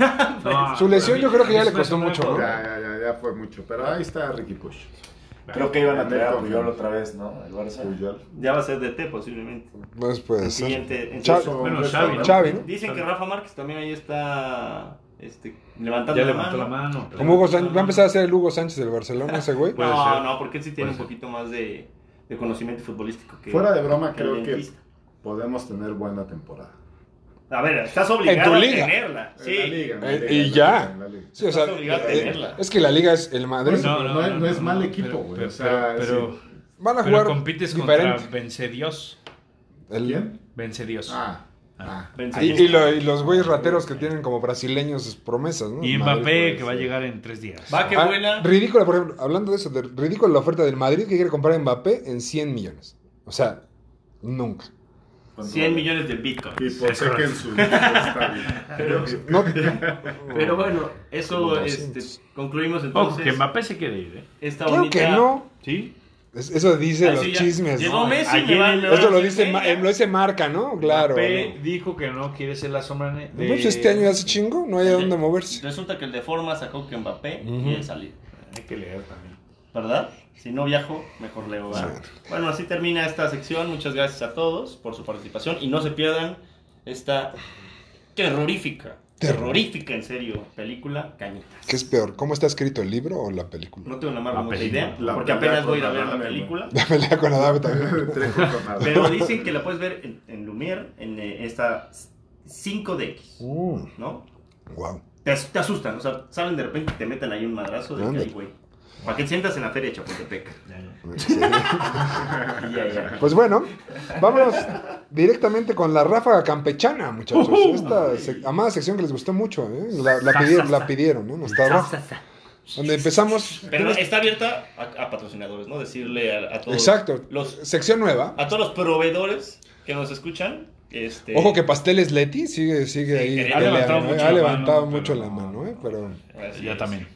Speaker 4: ser.
Speaker 3: no,
Speaker 1: Su lesión yo creo que ya le
Speaker 3: eso es
Speaker 1: costó
Speaker 3: una
Speaker 1: mucho, ¿no?
Speaker 3: cosa.
Speaker 4: Ya, ya, ya, ya fue mucho. Pero ahí está Ricky Push.
Speaker 5: Creo que iban a traer a Puyol otra vez, ¿no? El Barça.
Speaker 4: Puyol.
Speaker 2: Ya va a ser DT posiblemente.
Speaker 1: Pues puede
Speaker 2: El
Speaker 1: ser.
Speaker 2: siguiente. en
Speaker 1: Xavi.
Speaker 2: su-
Speaker 3: Bueno,
Speaker 4: Pues,
Speaker 3: Xavi, ¿no?
Speaker 1: Xavi, ¿no?
Speaker 2: Dicen que Rafa Márquez también ahí está este, levantando
Speaker 3: Ya
Speaker 2: la
Speaker 3: levantó la
Speaker 2: mano.
Speaker 3: mano. pero-
Speaker 1: Como Hugo Sánchez, va a empezar a ser el Hugo Sánchez del Barcelona ese güey.
Speaker 3: Puede
Speaker 2: no,
Speaker 3: ser.
Speaker 2: no, porque él sí tiene un
Speaker 3: Puede
Speaker 2: poquito más de, de conocimiento futbolístico que.
Speaker 4: Fuera de broma,
Speaker 2: el
Speaker 4: creo que
Speaker 2: dentista.
Speaker 4: podemos tener buena temporada.
Speaker 2: A ver, estás obligado
Speaker 1: tu
Speaker 2: a
Speaker 1: liga.
Speaker 2: tenerla.
Speaker 4: En
Speaker 2: Sí.
Speaker 4: la liga, en la
Speaker 1: Eh, y
Speaker 4: liga, en la
Speaker 1: ya.
Speaker 4: liga, en la liga.
Speaker 1: Sí, o sea,
Speaker 2: Estás obligado a
Speaker 1: eh,
Speaker 2: tenerla.
Speaker 1: es que la liga es el Madrid.
Speaker 4: Pues no, es- no es mal equipo,
Speaker 3: pero-
Speaker 4: güey,
Speaker 3: pero-
Speaker 4: o sea,
Speaker 3: pero,
Speaker 4: sí.
Speaker 1: Van a
Speaker 3: pero
Speaker 1: jugar
Speaker 3: compites
Speaker 1: diferente.
Speaker 3: contra Vencedios.
Speaker 1: El-
Speaker 4: ¿Quién?
Speaker 3: Vencedios.
Speaker 4: Ah, ah.
Speaker 1: y,
Speaker 2: Benzema.
Speaker 1: y lo- y los güeyes rateros que tienen como brasileños promesas, ¿no?
Speaker 3: y
Speaker 1: El
Speaker 3: Mbappé,
Speaker 1: Madrid, güey.
Speaker 3: que va a llegar en tres días.
Speaker 2: Va, qué
Speaker 1: Ah,
Speaker 2: buena.
Speaker 1: Ridícula, por ejemplo, hablando de eso, de- ridícula la oferta del Madrid que quiere comprar a Mbappé en 100 millones. O sea, nunca.
Speaker 2: 100 millones de Bitcoin.
Speaker 4: Hipotequen su estadio.
Speaker 2: Pero-
Speaker 1: No,
Speaker 2: Pero bueno, eso
Speaker 1: Como
Speaker 2: este,
Speaker 1: 200.
Speaker 2: concluimos
Speaker 3: Ojo,
Speaker 2: entonces.
Speaker 3: que Mbappé se quiere ir, ¿eh?
Speaker 2: esta
Speaker 1: claro
Speaker 2: bonita.
Speaker 1: que no.
Speaker 3: ¿Sí?
Speaker 1: Es- Eso dice
Speaker 2: Ahí
Speaker 1: los
Speaker 2: Ah, sí ya-
Speaker 1: chismes.
Speaker 2: Llegó
Speaker 1: ¿no?
Speaker 2: Messi,
Speaker 3: Ayer
Speaker 2: me va- me
Speaker 3: en el-
Speaker 2: va a
Speaker 1: Esto lo
Speaker 2: hacer
Speaker 1: dice,
Speaker 2: media.
Speaker 1: ma- eh, lo dice marca, ¿no? Claro.
Speaker 3: Mbappé
Speaker 1: ¿no?
Speaker 3: dijo que no quiere ser la sombra ne- de...
Speaker 1: De hecho, este año hace chingo, no hay a dónde moverse.
Speaker 2: Resulta que el de forma sacó que Mbappé
Speaker 1: Ujú.
Speaker 2: quiere salir,
Speaker 3: Hay que leer también.
Speaker 2: ¿verdad? Si no viajo, mejor leo. ¿verdad? Bueno, así termina esta sección. Muchas gracias a todos por su participación y no se pierdan esta terrorífica, terrorífica en serio, película Cañitas.
Speaker 1: ¿Qué es peor? ¿Cómo está escrito el libro o la película?
Speaker 2: No tengo la más
Speaker 3: La
Speaker 2: remota
Speaker 3: película.
Speaker 2: idea,
Speaker 4: La
Speaker 2: porque
Speaker 4: pelea
Speaker 2: apenas voy a ir a
Speaker 4: con
Speaker 2: ver la
Speaker 4: Adame, güey.
Speaker 2: película.
Speaker 1: La pelea con Adame también.
Speaker 4: Trejo con Adame.
Speaker 2: Pero dicen que la puedes ver en, en Lumière, en eh, esta 5DX, ¿no?
Speaker 1: wow.
Speaker 2: Te, as- te asustan, o sea, salen de repente y te meten ahí un madrazo de que,
Speaker 1: Ándale.
Speaker 2: ay, güey. Para que te sientas en la feria de Chapultepec. Y ya, ya.
Speaker 1: Pues bueno, vámonos directamente con la ráfaga campechana, muchachos. Esta sec- amada sección que les gustó mucho, ¿eh? La, la pidieron, la pidieron, ¿no? Nuestra ráfaga. Donde empezamos.
Speaker 2: Pero está abierta a, a patrocinadores, ¿no? Decirle a, a todos.
Speaker 1: Exacto.
Speaker 2: Los,
Speaker 1: Sección nueva.
Speaker 2: a todos los proveedores que nos escuchan. Este,
Speaker 1: Ojo que Pasteles Leti sigue, sigue
Speaker 2: Sí,
Speaker 1: ahí.
Speaker 2: que ha
Speaker 1: peleando,
Speaker 3: levantado
Speaker 1: ¿eh?
Speaker 3: mucho
Speaker 1: Ha
Speaker 3: la
Speaker 1: levantado
Speaker 3: mano,
Speaker 1: mucho
Speaker 3: pero
Speaker 1: la
Speaker 3: no,
Speaker 1: mano, ¿eh?
Speaker 3: no.
Speaker 1: Pero.
Speaker 2: Así
Speaker 3: Ya
Speaker 2: es.
Speaker 3: también.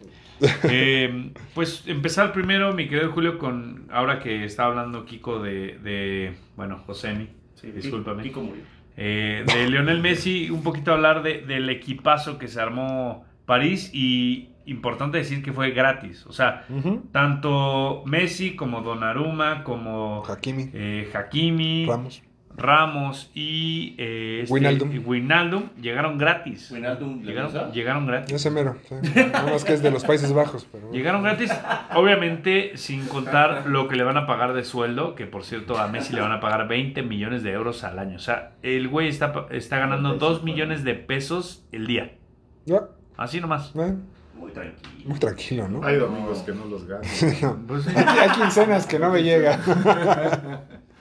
Speaker 3: Eh, pues empezar primero, mi querido Julio, con ahora que está hablando Kiko de, de bueno, Josemi,
Speaker 2: Sí,
Speaker 3: discúlpame,
Speaker 2: Kiko murió.
Speaker 3: Eh, de Lionel Messi, un poquito hablar de- del equipazo que se armó París y importante decir que fue gratis, o sea,
Speaker 1: Ujú.
Speaker 3: tanto Messi como Donnarumma, como
Speaker 1: Hakimi,
Speaker 3: eh, Hakimi,
Speaker 1: Ramos.
Speaker 3: Ramos y eh, este,
Speaker 1: Wijnaldum.
Speaker 3: y Wijnaldum llegaron gratis.
Speaker 2: Wijnaldum, ¿le
Speaker 3: llegaron,
Speaker 2: gusta?
Speaker 3: llegaron gratis.
Speaker 1: Ese mero. sí. Nada más que es de los Países Bajos. Pero...
Speaker 3: Llegaron gratis, obviamente sin contar lo que le van a pagar de sueldo, que por cierto a Messi le van a pagar 20 millones de euros al año. O sea, el güey está, pa- está ganando 2 millones de pesos el día.
Speaker 1: Ya,
Speaker 3: Así nomás.
Speaker 1: bueno,
Speaker 2: Muy tranquilo.
Speaker 1: muy tranquilo, ¿no?
Speaker 4: Hay domingos que no los gano.
Speaker 3: Pues, sí.
Speaker 1: Hay quincenas que no me llega.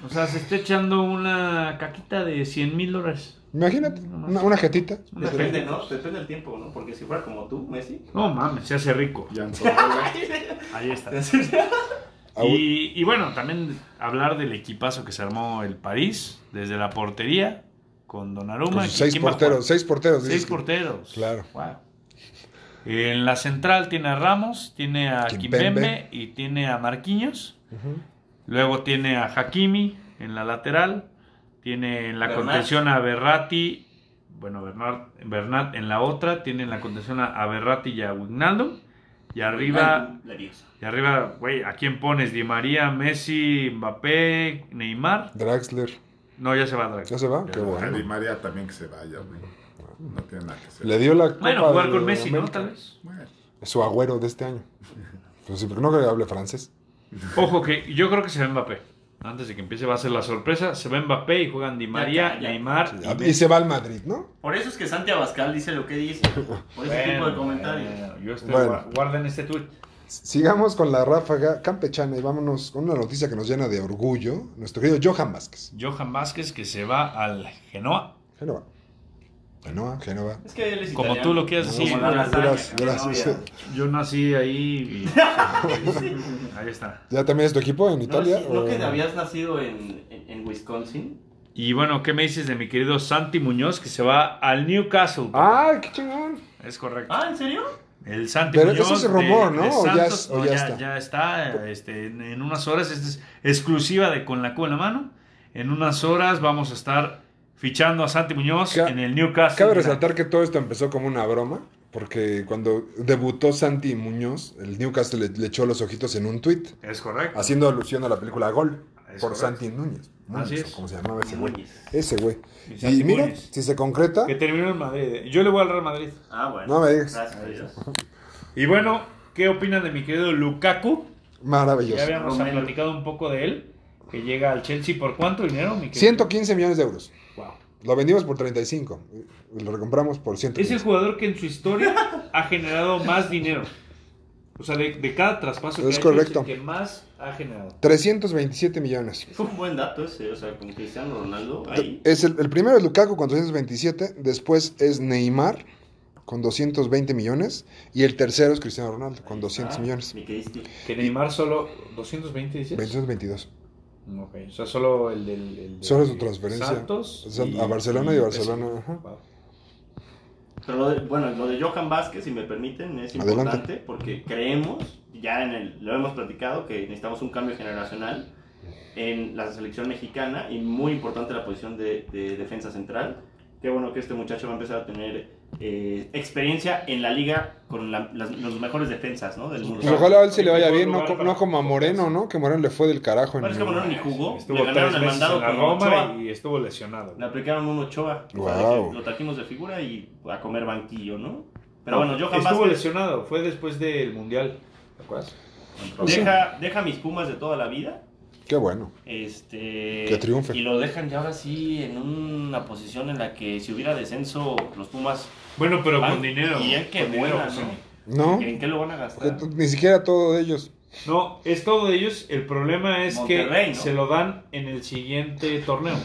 Speaker 3: O sea, se está echando una caquita de 100 mil dólares.
Speaker 1: Imagínate, una, una jetita.
Speaker 2: Depende, ¿no? Depende del tiempo, ¿no? Porque si fuera como tú, Messi.
Speaker 3: No mames, se hace rico.
Speaker 4: Y Antorola.
Speaker 3: Ahí está.
Speaker 1: Au-
Speaker 3: Y, y bueno, también hablar del equipazo que se armó el París, desde la portería, con Donnarumma.
Speaker 1: Con sus
Speaker 3: ¿Y
Speaker 1: seis
Speaker 3: quién va a
Speaker 1: porteros,
Speaker 3: jugar?
Speaker 1: seis porteros.
Speaker 3: Seis
Speaker 1: dices que-
Speaker 3: porteros.
Speaker 1: Claro.
Speaker 3: Wow. En la central tiene a Ramos, tiene a
Speaker 1: Kimpembe.
Speaker 3: Kimpembe y tiene a Marquinhos.
Speaker 1: Ujú.
Speaker 3: Luego tiene a Hakimi en la lateral. Tiene en la
Speaker 2: Bernat.
Speaker 3: contención a Berrati. Bueno, Bernat, Bernat en la otra. Tiene en la contención a, a Berrati y a Wijnaldum. Y arriba,
Speaker 2: Nervioso.
Speaker 3: y arriba, güey, ¿a quién pones? Di María, Messi, Mbappé, Neymar.
Speaker 1: Draxler.
Speaker 3: No, ya se va a Draghi.
Speaker 1: ¿Ya se va? Qué
Speaker 4: A Di
Speaker 1: bueno.
Speaker 4: María también que se vaya, güey. No tiene nada que hacer.
Speaker 1: Le dio la copa
Speaker 3: Bueno, jugar
Speaker 1: de
Speaker 3: con Messi, ¿no?
Speaker 1: América.
Speaker 3: Tal vez.
Speaker 4: Bueno,
Speaker 1: Su agüero de este año. Pues sí, pero no creo que hable francés.
Speaker 3: Ojo, que yo creo que se va Mbappé. Antes de que empiece va a ser la sorpresa. Se va Mbappé y juegan Di María,
Speaker 2: ya, ya.
Speaker 3: Neymar y
Speaker 1: Y,
Speaker 3: Messi.
Speaker 1: se va al Madrid, ¿no?
Speaker 2: Por eso es que Santi Abascal dice lo que dice. Por ese tipo de
Speaker 3: Bueno,
Speaker 2: comentarios.
Speaker 3: bueno, yo estoy-
Speaker 1: Bueno.
Speaker 3: Guarden este tweet.
Speaker 1: Sigamos con la ráfaga campechana y vámonos con una noticia que nos llena de orgullo. Nuestro querido Johan Vázquez.
Speaker 3: Johan Vázquez que se va al Genoa.
Speaker 1: Génova. Génova, Génova.
Speaker 2: Es que él es
Speaker 3: Como
Speaker 2: italiano.
Speaker 3: tú lo quieras decir.
Speaker 2: Como la lasaña,
Speaker 1: Gracias,
Speaker 2: cabrón,
Speaker 1: gracias.
Speaker 2: novia.
Speaker 3: Yo nací ahí y... ahí está.
Speaker 1: ¿Ya también es tu equipo en
Speaker 2: ¿No,
Speaker 1: Italia?
Speaker 2: sí, ¿no
Speaker 1: ¿O-
Speaker 2: que habías nacido en, en, en Wisconsin?
Speaker 3: Y bueno, ¿qué me dices de mi querido Santi Muñoz que se va al Newcastle?
Speaker 1: ¡Ay, qué chingón!
Speaker 3: Es correcto.
Speaker 2: Ah, ¿en serio?
Speaker 3: El Santi
Speaker 1: Pero
Speaker 3: Muñoz
Speaker 1: eso es rumor, ¿no? ¿O ya
Speaker 3: Santos-
Speaker 1: es- o
Speaker 3: no,
Speaker 1: ya
Speaker 3: ya,
Speaker 1: está?
Speaker 3: ya está, este, en, en unas horas esta es exclusiva de con la Q en la mano. En unas horas vamos a estar fichando a Santi Muñoz
Speaker 1: Ca-
Speaker 3: en el Newcastle.
Speaker 1: Cabe resaltar que todo esto empezó como una broma, porque cuando debutó Santi Muñoz, el Newcastle le, le echó los ojitos en un tuit,
Speaker 3: Es correcto.
Speaker 1: haciendo alusión a la película Gol,
Speaker 3: Es
Speaker 1: por
Speaker 3: correcto.
Speaker 1: Santi Núñez. Núñez,
Speaker 3: Así
Speaker 1: o
Speaker 3: es.
Speaker 1: como se llamaba ese güey.
Speaker 2: Muñiz.
Speaker 1: Ese güey.
Speaker 3: Y
Speaker 1: Y,
Speaker 3: Santi
Speaker 1: mira,
Speaker 3: Núñez.
Speaker 1: si se concreta,
Speaker 3: Que terminó en Madrid. eh. Yo le voy al Real Madrid.
Speaker 2: Ah, bueno.
Speaker 1: No me digas.
Speaker 2: Gracias a Dios.
Speaker 3: Y bueno, ¿qué opinan de mi querido Lukaku? Ya
Speaker 1: maravilloso.
Speaker 3: habíamos
Speaker 2: Romelu.
Speaker 3: platicado un poco de él, que llega al Chelsea por cuánto dinero, mi querido?
Speaker 1: 115 millones de euros.
Speaker 3: Wow.
Speaker 1: Lo vendimos por 35. Lo recompramos por
Speaker 3: Es el
Speaker 1: 115.
Speaker 3: jugador que en su historia ha generado más dinero. O sea, de, de cada traspaso que
Speaker 1: Es
Speaker 3: ha hecho,
Speaker 1: correcto.
Speaker 3: es el que más ha generado.
Speaker 1: 327 millones.
Speaker 2: Fue un buen dato ese, o sea, con Cristiano Ronaldo ahí.
Speaker 1: Es el, el primero es Lukaku con 227, después es Neymar con 220 millones y el tercero es Cristiano Ronaldo con 200
Speaker 2: Ah,
Speaker 1: millones.
Speaker 2: Mi Cristi.
Speaker 3: Que Neymar solo 220 dices.
Speaker 1: 222.
Speaker 3: Ok, o sea, solo el del el de
Speaker 1: Solo su transferencia.
Speaker 3: Santos
Speaker 1: O sea,
Speaker 3: y-
Speaker 1: a Barcelona y,
Speaker 3: y
Speaker 1: a Barcelona.
Speaker 3: PSG.
Speaker 1: ajá.
Speaker 3: Wow.
Speaker 2: Pero lo de- bueno, lo de Johan Vázquez, si me permiten, es
Speaker 1: Adelante.
Speaker 2: importante porque creemos, ya en el, lo hemos platicado, que necesitamos un cambio generacional en la selección mexicana y muy importante la posición de, de defensa central. Qué bueno que este muchacho va a empezar a tener eh, experiencia en la liga con la- las- los mejores defensas ¿no? del mundo.
Speaker 1: Pues ojalá a él se le vaya
Speaker 3: Buen
Speaker 1: bien, no,
Speaker 3: lugar
Speaker 1: co-
Speaker 3: para-
Speaker 1: no como a Moreno, ¿no? Que Moreno le fue del carajo en
Speaker 2: Parece que Moreno ni jugó, le
Speaker 3: Estuvo
Speaker 2: ganaron
Speaker 3: tres
Speaker 2: el
Speaker 3: meses
Speaker 2: mandado
Speaker 3: en la
Speaker 2: con
Speaker 3: Roma
Speaker 2: Ochoa.
Speaker 3: y estuvo lesionado.
Speaker 2: Le aplicaron un Ochoa. O sea, de
Speaker 1: Guau.
Speaker 2: que lo trajimos de figura y a comer banquillo, ¿no? Pero bueno, Johan
Speaker 3: Ah, Estuvo
Speaker 2: Vázquez
Speaker 3: lesionado, fue después del Mundial. ¿Te acuerdas?
Speaker 2: deja, deja mis pumas de toda la vida.
Speaker 1: Qué bueno.
Speaker 2: Este,
Speaker 1: Que triunfe.
Speaker 2: Y lo dejan ya ahora sí en una posición en la que si hubiera descenso, los pumas.
Speaker 3: Bueno, pero
Speaker 2: van
Speaker 3: con dinero.
Speaker 2: Y ya que
Speaker 3: con dinero,
Speaker 2: muera,
Speaker 3: José.
Speaker 2: ¿no?
Speaker 1: ¿No?
Speaker 2: ¿En qué lo van a
Speaker 1: Porque
Speaker 2: gastar?
Speaker 1: t- ni siquiera todo de ellos.
Speaker 3: No, es todo de ellos. El problema es
Speaker 2: Monterrey,
Speaker 3: que
Speaker 2: ¿no?
Speaker 3: se lo dan en el siguiente torneo.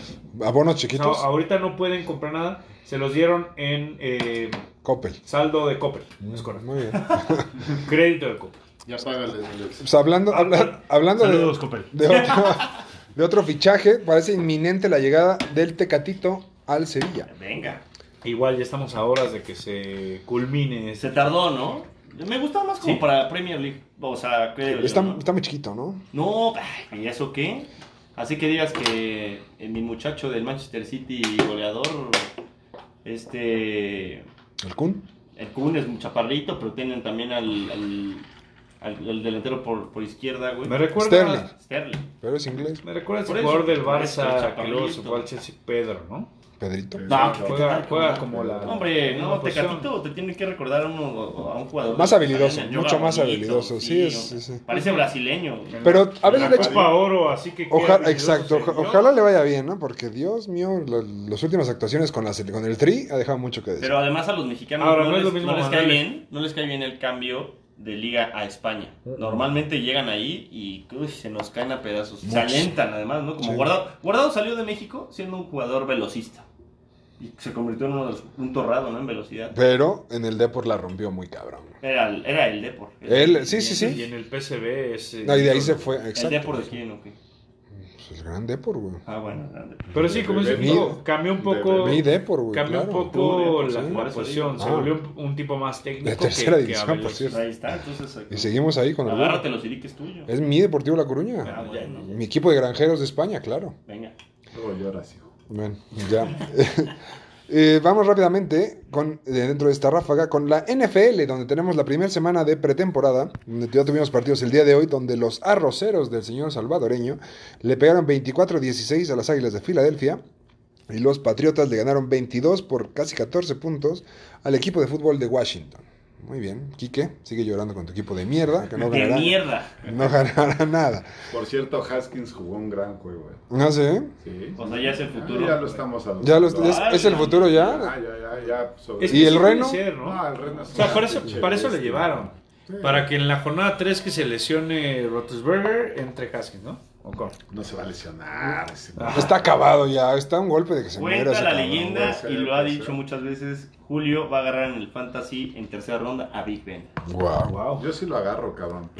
Speaker 1: Abonos
Speaker 3: O sea,
Speaker 1: chiquitos,
Speaker 3: ahorita no pueden comprar nada. Se los dieron en eh,
Speaker 1: Coppel.
Speaker 3: saldo de Coppel.
Speaker 1: Mm.
Speaker 3: Es correcto.
Speaker 1: Muy bien.
Speaker 3: Crédito de Coppel.
Speaker 4: Ya págale, Alex.
Speaker 1: Pues hablando habla- hablando de,
Speaker 3: Saludos, Coppel.
Speaker 1: de otro, de otro fichaje, parece inminente la llegada del Tecatito al Sevilla.
Speaker 2: Venga.
Speaker 3: Igual ya estamos a horas de que se culmine este.
Speaker 2: Se tardó, ¿no? Me gustaba más como
Speaker 3: Sí.
Speaker 2: para Premier League. O sea, creo. yo,
Speaker 1: Está,
Speaker 2: ¿no?
Speaker 1: está muy chiquito, ¿no?
Speaker 2: No, ay, ¿y eso qué? Así que digas que eh, mi muchacho del Manchester City goleador, este,
Speaker 1: El Kun.
Speaker 2: el Kun es un chaparrito, pero tienen también al, al, al- al delantero por, por izquierda, güey.
Speaker 3: Me recuerda,
Speaker 1: Sterling.
Speaker 2: Sterling.
Speaker 1: Pero es inglés.
Speaker 3: me recuerda ese
Speaker 2: Por eso,
Speaker 3: jugador del
Speaker 2: por eso,
Speaker 3: Barça que
Speaker 2: chaparrito.
Speaker 3: luego se fue al Chelsea, Pedro, ¿no?
Speaker 1: Pedrito.
Speaker 2: No,
Speaker 4: Sí,
Speaker 2: que te
Speaker 3: Juega,
Speaker 2: marca,
Speaker 3: juega
Speaker 2: ¿no?
Speaker 3: como la.
Speaker 2: No, Hombre, no,
Speaker 3: la posición.
Speaker 2: Tecatito te tiene que recordar a, uno, a un jugador.
Speaker 1: Más
Speaker 2: que
Speaker 1: habilidoso,
Speaker 2: sale en el yoga
Speaker 1: mucho más
Speaker 2: bonito,
Speaker 1: habilidoso, sí, es-
Speaker 2: hombre.
Speaker 1: sí, sí.
Speaker 2: Parece brasileño. güey.
Speaker 1: Pero a
Speaker 3: La
Speaker 1: veces le echa-
Speaker 3: Copa Oro, así que. qué
Speaker 1: Ojalá,
Speaker 3: habilidoso
Speaker 1: exacto,
Speaker 3: sería.
Speaker 1: oja- ojalá le vaya bien, ¿no? Porque Dios mío, lo- las últimas actuaciones con, la sele- con el Tri ha dejado mucho que decir.
Speaker 2: Pero además a los mexicanos
Speaker 3: Ahora,
Speaker 2: no,
Speaker 3: no es
Speaker 2: les,
Speaker 3: lo mismo
Speaker 2: no les cae
Speaker 3: mandarle-
Speaker 2: bien, no les cae bien el cambio de liga a España.
Speaker 3: Uh-uh.
Speaker 2: Normalmente llegan ahí y uy, se nos caen a pedazos. Se alentan además, ¿no? Como
Speaker 1: Sí.
Speaker 2: Guardado. Guardado salió de México siendo un jugador velocista. Y se convirtió en uno de los- un torrado, ¿no? En velocidad.
Speaker 1: Pero en el Depor la rompió muy cabrón.
Speaker 2: Era, el- era el Depor.
Speaker 1: Él, sí, sí,
Speaker 3: Y
Speaker 1: sí.
Speaker 3: en el PCB es. eh,
Speaker 1: No, y de ahí se fue. Exacto.
Speaker 2: ¿El Depor de quién o qué?
Speaker 1: Pues el gran Depor, güey.
Speaker 2: Ah, bueno, era el Depor.
Speaker 3: Pero sí, como dices tú,
Speaker 1: Venido.
Speaker 3: cambió un poco.
Speaker 1: Mi Depor, güey.
Speaker 3: Cambió
Speaker 1: claro.
Speaker 3: un poco
Speaker 2: Tú,
Speaker 3: la,
Speaker 2: sí.
Speaker 3: la
Speaker 2: Por eso
Speaker 3: posición.
Speaker 1: digo.
Speaker 3: Se
Speaker 1: Ah.
Speaker 3: volvió un, un tipo más técnico.
Speaker 1: De
Speaker 3: que-
Speaker 1: tercera
Speaker 3: que
Speaker 1: división,
Speaker 3: Abel.
Speaker 1: por cierto.
Speaker 2: Ahí está, entonces.
Speaker 1: Y seguimos ahí con el Depor.
Speaker 2: Agárrate los que es tuyo.
Speaker 1: Es mi Deportivo La Coruña.
Speaker 2: Ah, bueno,
Speaker 1: Mi equipo de granjeros de España, claro.
Speaker 2: Venga.
Speaker 4: Luego lloras, hijo.
Speaker 1: Bueno, ya. Eh, vamos rápidamente con, de dentro de esta ráfaga con la NFL, donde tenemos la primera semana de pretemporada, donde ya tuvimos partidos el día de hoy, donde los arroceros del señor salvadoreño le pegaron 24-16 a las Águilas de Filadelfia y los Patriotas le ganaron 22 por casi 14 puntos al equipo de fútbol de Washington. Muy bien, Quique, sigue llorando con tu equipo de mierda, que no
Speaker 2: ¡De
Speaker 1: ganará,
Speaker 2: mierda!
Speaker 1: no ganará nada.
Speaker 4: Por cierto, Haskins jugó un gran juego. eh.
Speaker 1: No sé,
Speaker 4: Sí.
Speaker 2: O sea, ya es el futuro.
Speaker 4: Ah, ya lo estamos hablando.
Speaker 1: ya los- es, es el futuro
Speaker 4: Ah,
Speaker 1: ya.
Speaker 4: ya, ya, ya. sobre-
Speaker 3: Es
Speaker 1: ¿Y
Speaker 3: que
Speaker 1: el
Speaker 3: sí puede
Speaker 1: Reno?
Speaker 3: ser, ¿no?
Speaker 2: Ah,
Speaker 4: No, el Reno es
Speaker 3: O sea,
Speaker 4: una
Speaker 3: para eso,
Speaker 4: pinche
Speaker 3: para eso le
Speaker 4: bestia.
Speaker 3: llevaron. Para que en la jornada 3 que se lesione Roethlisberger entre Haskins, ¿no? ¿O cómo?
Speaker 4: No se va a lesionar. ese
Speaker 1: Ah, Está acabado ya, está un golpe de que se muera.
Speaker 2: Cuenta
Speaker 1: ese
Speaker 2: la
Speaker 1: cabrón.
Speaker 2: leyenda
Speaker 4: güey,
Speaker 2: y
Speaker 4: sí,
Speaker 2: lo ha
Speaker 4: puede
Speaker 2: dicho
Speaker 4: ser.
Speaker 2: muchas veces, Julio va a agarrar en el fantasy en tercera ronda a Big Ben.
Speaker 1: Ah, Wow.
Speaker 4: güey. Yo sí lo agarro, cabrón.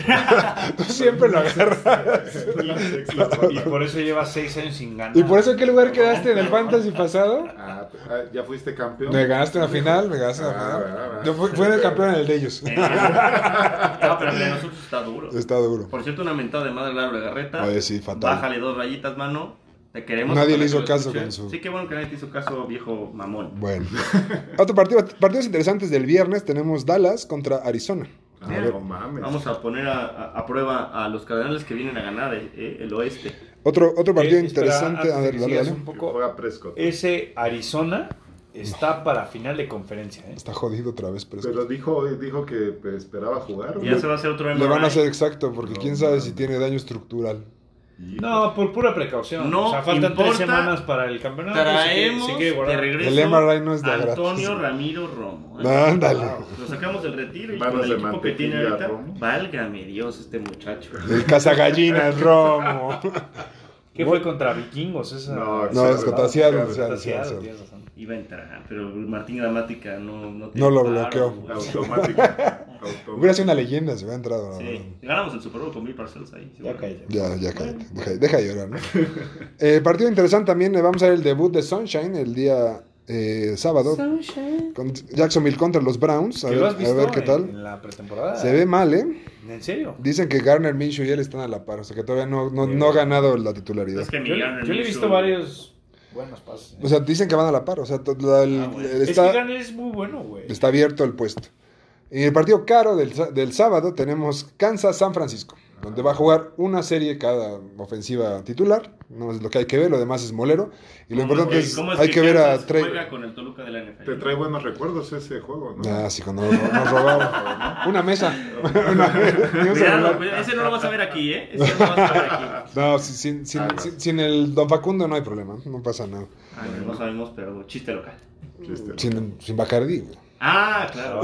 Speaker 1: Tú siempre lo agarras.
Speaker 3: Y por eso lleva 6 años sin ganar.
Speaker 1: ¿Y por eso en qué lugar quedaste en el fantasy pasado?
Speaker 4: Ah, pues, ah, ¿Ya fuiste campeón?
Speaker 1: Me ganaste una final, me ganaste una
Speaker 4: Ah, ah,
Speaker 1: final.
Speaker 4: ah.
Speaker 1: Yo fui, fui el campeón en el de ellos.
Speaker 2: Eh, no, pero el de nosotros está duro.
Speaker 1: Está duro.
Speaker 2: Por cierto, una mentada de madre Lalo Garreta.
Speaker 1: Oye, sí, fatal.
Speaker 2: Bájale dos rayitas, mano. Te queremos.
Speaker 1: Nadie
Speaker 2: ojalá
Speaker 1: le
Speaker 2: que
Speaker 1: hizo
Speaker 2: lo
Speaker 1: caso
Speaker 2: escuche.
Speaker 1: con su-
Speaker 2: Sí, qué bueno que nadie te hizo caso, viejo mamón.
Speaker 1: Bueno. Otro partido, partidos interesantes del viernes. Tenemos Dallas contra Arizona.
Speaker 4: Ah, no
Speaker 1: Pues.
Speaker 4: mames.
Speaker 2: Vamos a poner a, a- a prueba a los cardenales que vienen a ganar eh, eh, el oeste.
Speaker 1: Otro, otro partido
Speaker 3: Eh, espera,
Speaker 1: interesante.
Speaker 3: antes
Speaker 1: A
Speaker 3: de
Speaker 1: ver,
Speaker 3: que
Speaker 1: dale,
Speaker 3: sigas
Speaker 1: dale.
Speaker 3: un
Speaker 4: Que
Speaker 3: poco.
Speaker 4: Juega pues. Prescott.
Speaker 3: Ese Arizona está para final de conferencia, ¿eh?
Speaker 1: Está jodido otra vez, pero es-
Speaker 4: Pero dijo, dijo que pues, esperaba jugar. ¿o
Speaker 2: Ya
Speaker 4: no?
Speaker 2: se va a hacer otro
Speaker 1: le van a
Speaker 2: MRI.
Speaker 1: hacer exacto, porque
Speaker 4: No,
Speaker 1: quién sabe
Speaker 4: no,
Speaker 1: si
Speaker 4: no.
Speaker 1: tiene daño estructural.
Speaker 4: Y-
Speaker 3: No, por pura precaución.
Speaker 2: No
Speaker 3: o sea, faltan
Speaker 2: importa.
Speaker 3: tres semanas para el campeonato.
Speaker 2: Traemos
Speaker 3: si quiere- si quiere
Speaker 2: de
Speaker 3: guardar.
Speaker 2: regreso
Speaker 1: El MRI no es de
Speaker 2: a
Speaker 1: gratis.
Speaker 2: Antonio Ramiro Romo. ¿eh?
Speaker 1: Ándale.
Speaker 2: Lo sacamos del retiro y
Speaker 4: Manos
Speaker 2: con el
Speaker 4: de
Speaker 2: equipo que tiene
Speaker 4: mantequilla,
Speaker 2: ahorita.
Speaker 4: Romo.
Speaker 2: Válgame Dios, este muchacho.
Speaker 1: El cazagallinas, Romo.
Speaker 3: ¿Qué fue contra vikingos? Esa...
Speaker 4: No,
Speaker 1: No, es contra Seattle,
Speaker 4: Seattle.
Speaker 1: Seattle,
Speaker 3: Seattle,
Speaker 1: Seattle.
Speaker 3: tienes razón.
Speaker 2: Iba a entrar, pero Martín Gramática no No, tiene
Speaker 1: No lo
Speaker 2: paro,
Speaker 1: bloqueó. Ah,
Speaker 2: güey.
Speaker 4: Automática.
Speaker 1: Hubiera
Speaker 4: Automática.
Speaker 1: sido una leyenda si hubiera entrado. la verdad.
Speaker 2: Sí, ganamos el Super Bowl con Bill Parcells ahí.
Speaker 3: Ya
Speaker 2: seguro.
Speaker 3: cállate.
Speaker 1: Ya, ya cállate. Deja, deja de llorar, ¿no? Eh, partido interesante también. eh, Vamos a ver el debut de Sunshine el día eh, sábado. Con Jacksonville contra los Browns. A
Speaker 3: ¿Que
Speaker 1: ver,
Speaker 3: lo has
Speaker 1: a
Speaker 3: visto
Speaker 1: ver qué
Speaker 3: en-
Speaker 1: tal.
Speaker 3: en la pretemporada?
Speaker 1: Se ve mal, ¿eh?
Speaker 3: ¿En serio?
Speaker 1: Dicen que Garner, Minshew y él están a la par. O sea que todavía no, no, no ha ganado la titularidad.
Speaker 2: Es que
Speaker 3: Yo,
Speaker 2: mi Garner
Speaker 3: yo le he
Speaker 2: Minshew-
Speaker 3: visto varios buenos pases. ¿eh?
Speaker 1: O sea, dicen que van a la par. O sea, to- la- el-
Speaker 2: Ah, bueno.
Speaker 3: es que
Speaker 1: está,
Speaker 3: Garner es muy bueno, güey.
Speaker 1: está abierto el puesto. En el partido caro del, sa- del sábado tenemos Kansas-San Francisco, donde va a jugar una serie cada ofensiva titular. No es lo que hay que ver, lo demás es molero. Y lo
Speaker 2: ¿Cómo
Speaker 1: importante
Speaker 2: que-
Speaker 1: es,
Speaker 2: cómo
Speaker 1: hay que ver a
Speaker 2: Kansas
Speaker 1: Trey.
Speaker 2: Juega con el Toluca de la NFL.
Speaker 4: Te trae buenos recuerdos ese juego, ¿no?
Speaker 1: Ah, sí, cuando nos, nos robaron. Una mesa. Una mesa. Ni un
Speaker 2: Cuidado,
Speaker 1: celular.
Speaker 2: cuidado, ese no lo vas a ver aquí, ¿eh? Ese no lo vas a ver aquí.
Speaker 1: No, sin, sin- sin-
Speaker 4: Ah,
Speaker 1: sin- sin el Don Facundo no hay problema, no pasa nada.
Speaker 2: Ah, no, no sabemos, pero bueno, chiste local.
Speaker 4: Chiste.
Speaker 1: Sin, sin Bacardi, güey.
Speaker 2: Ah, claro.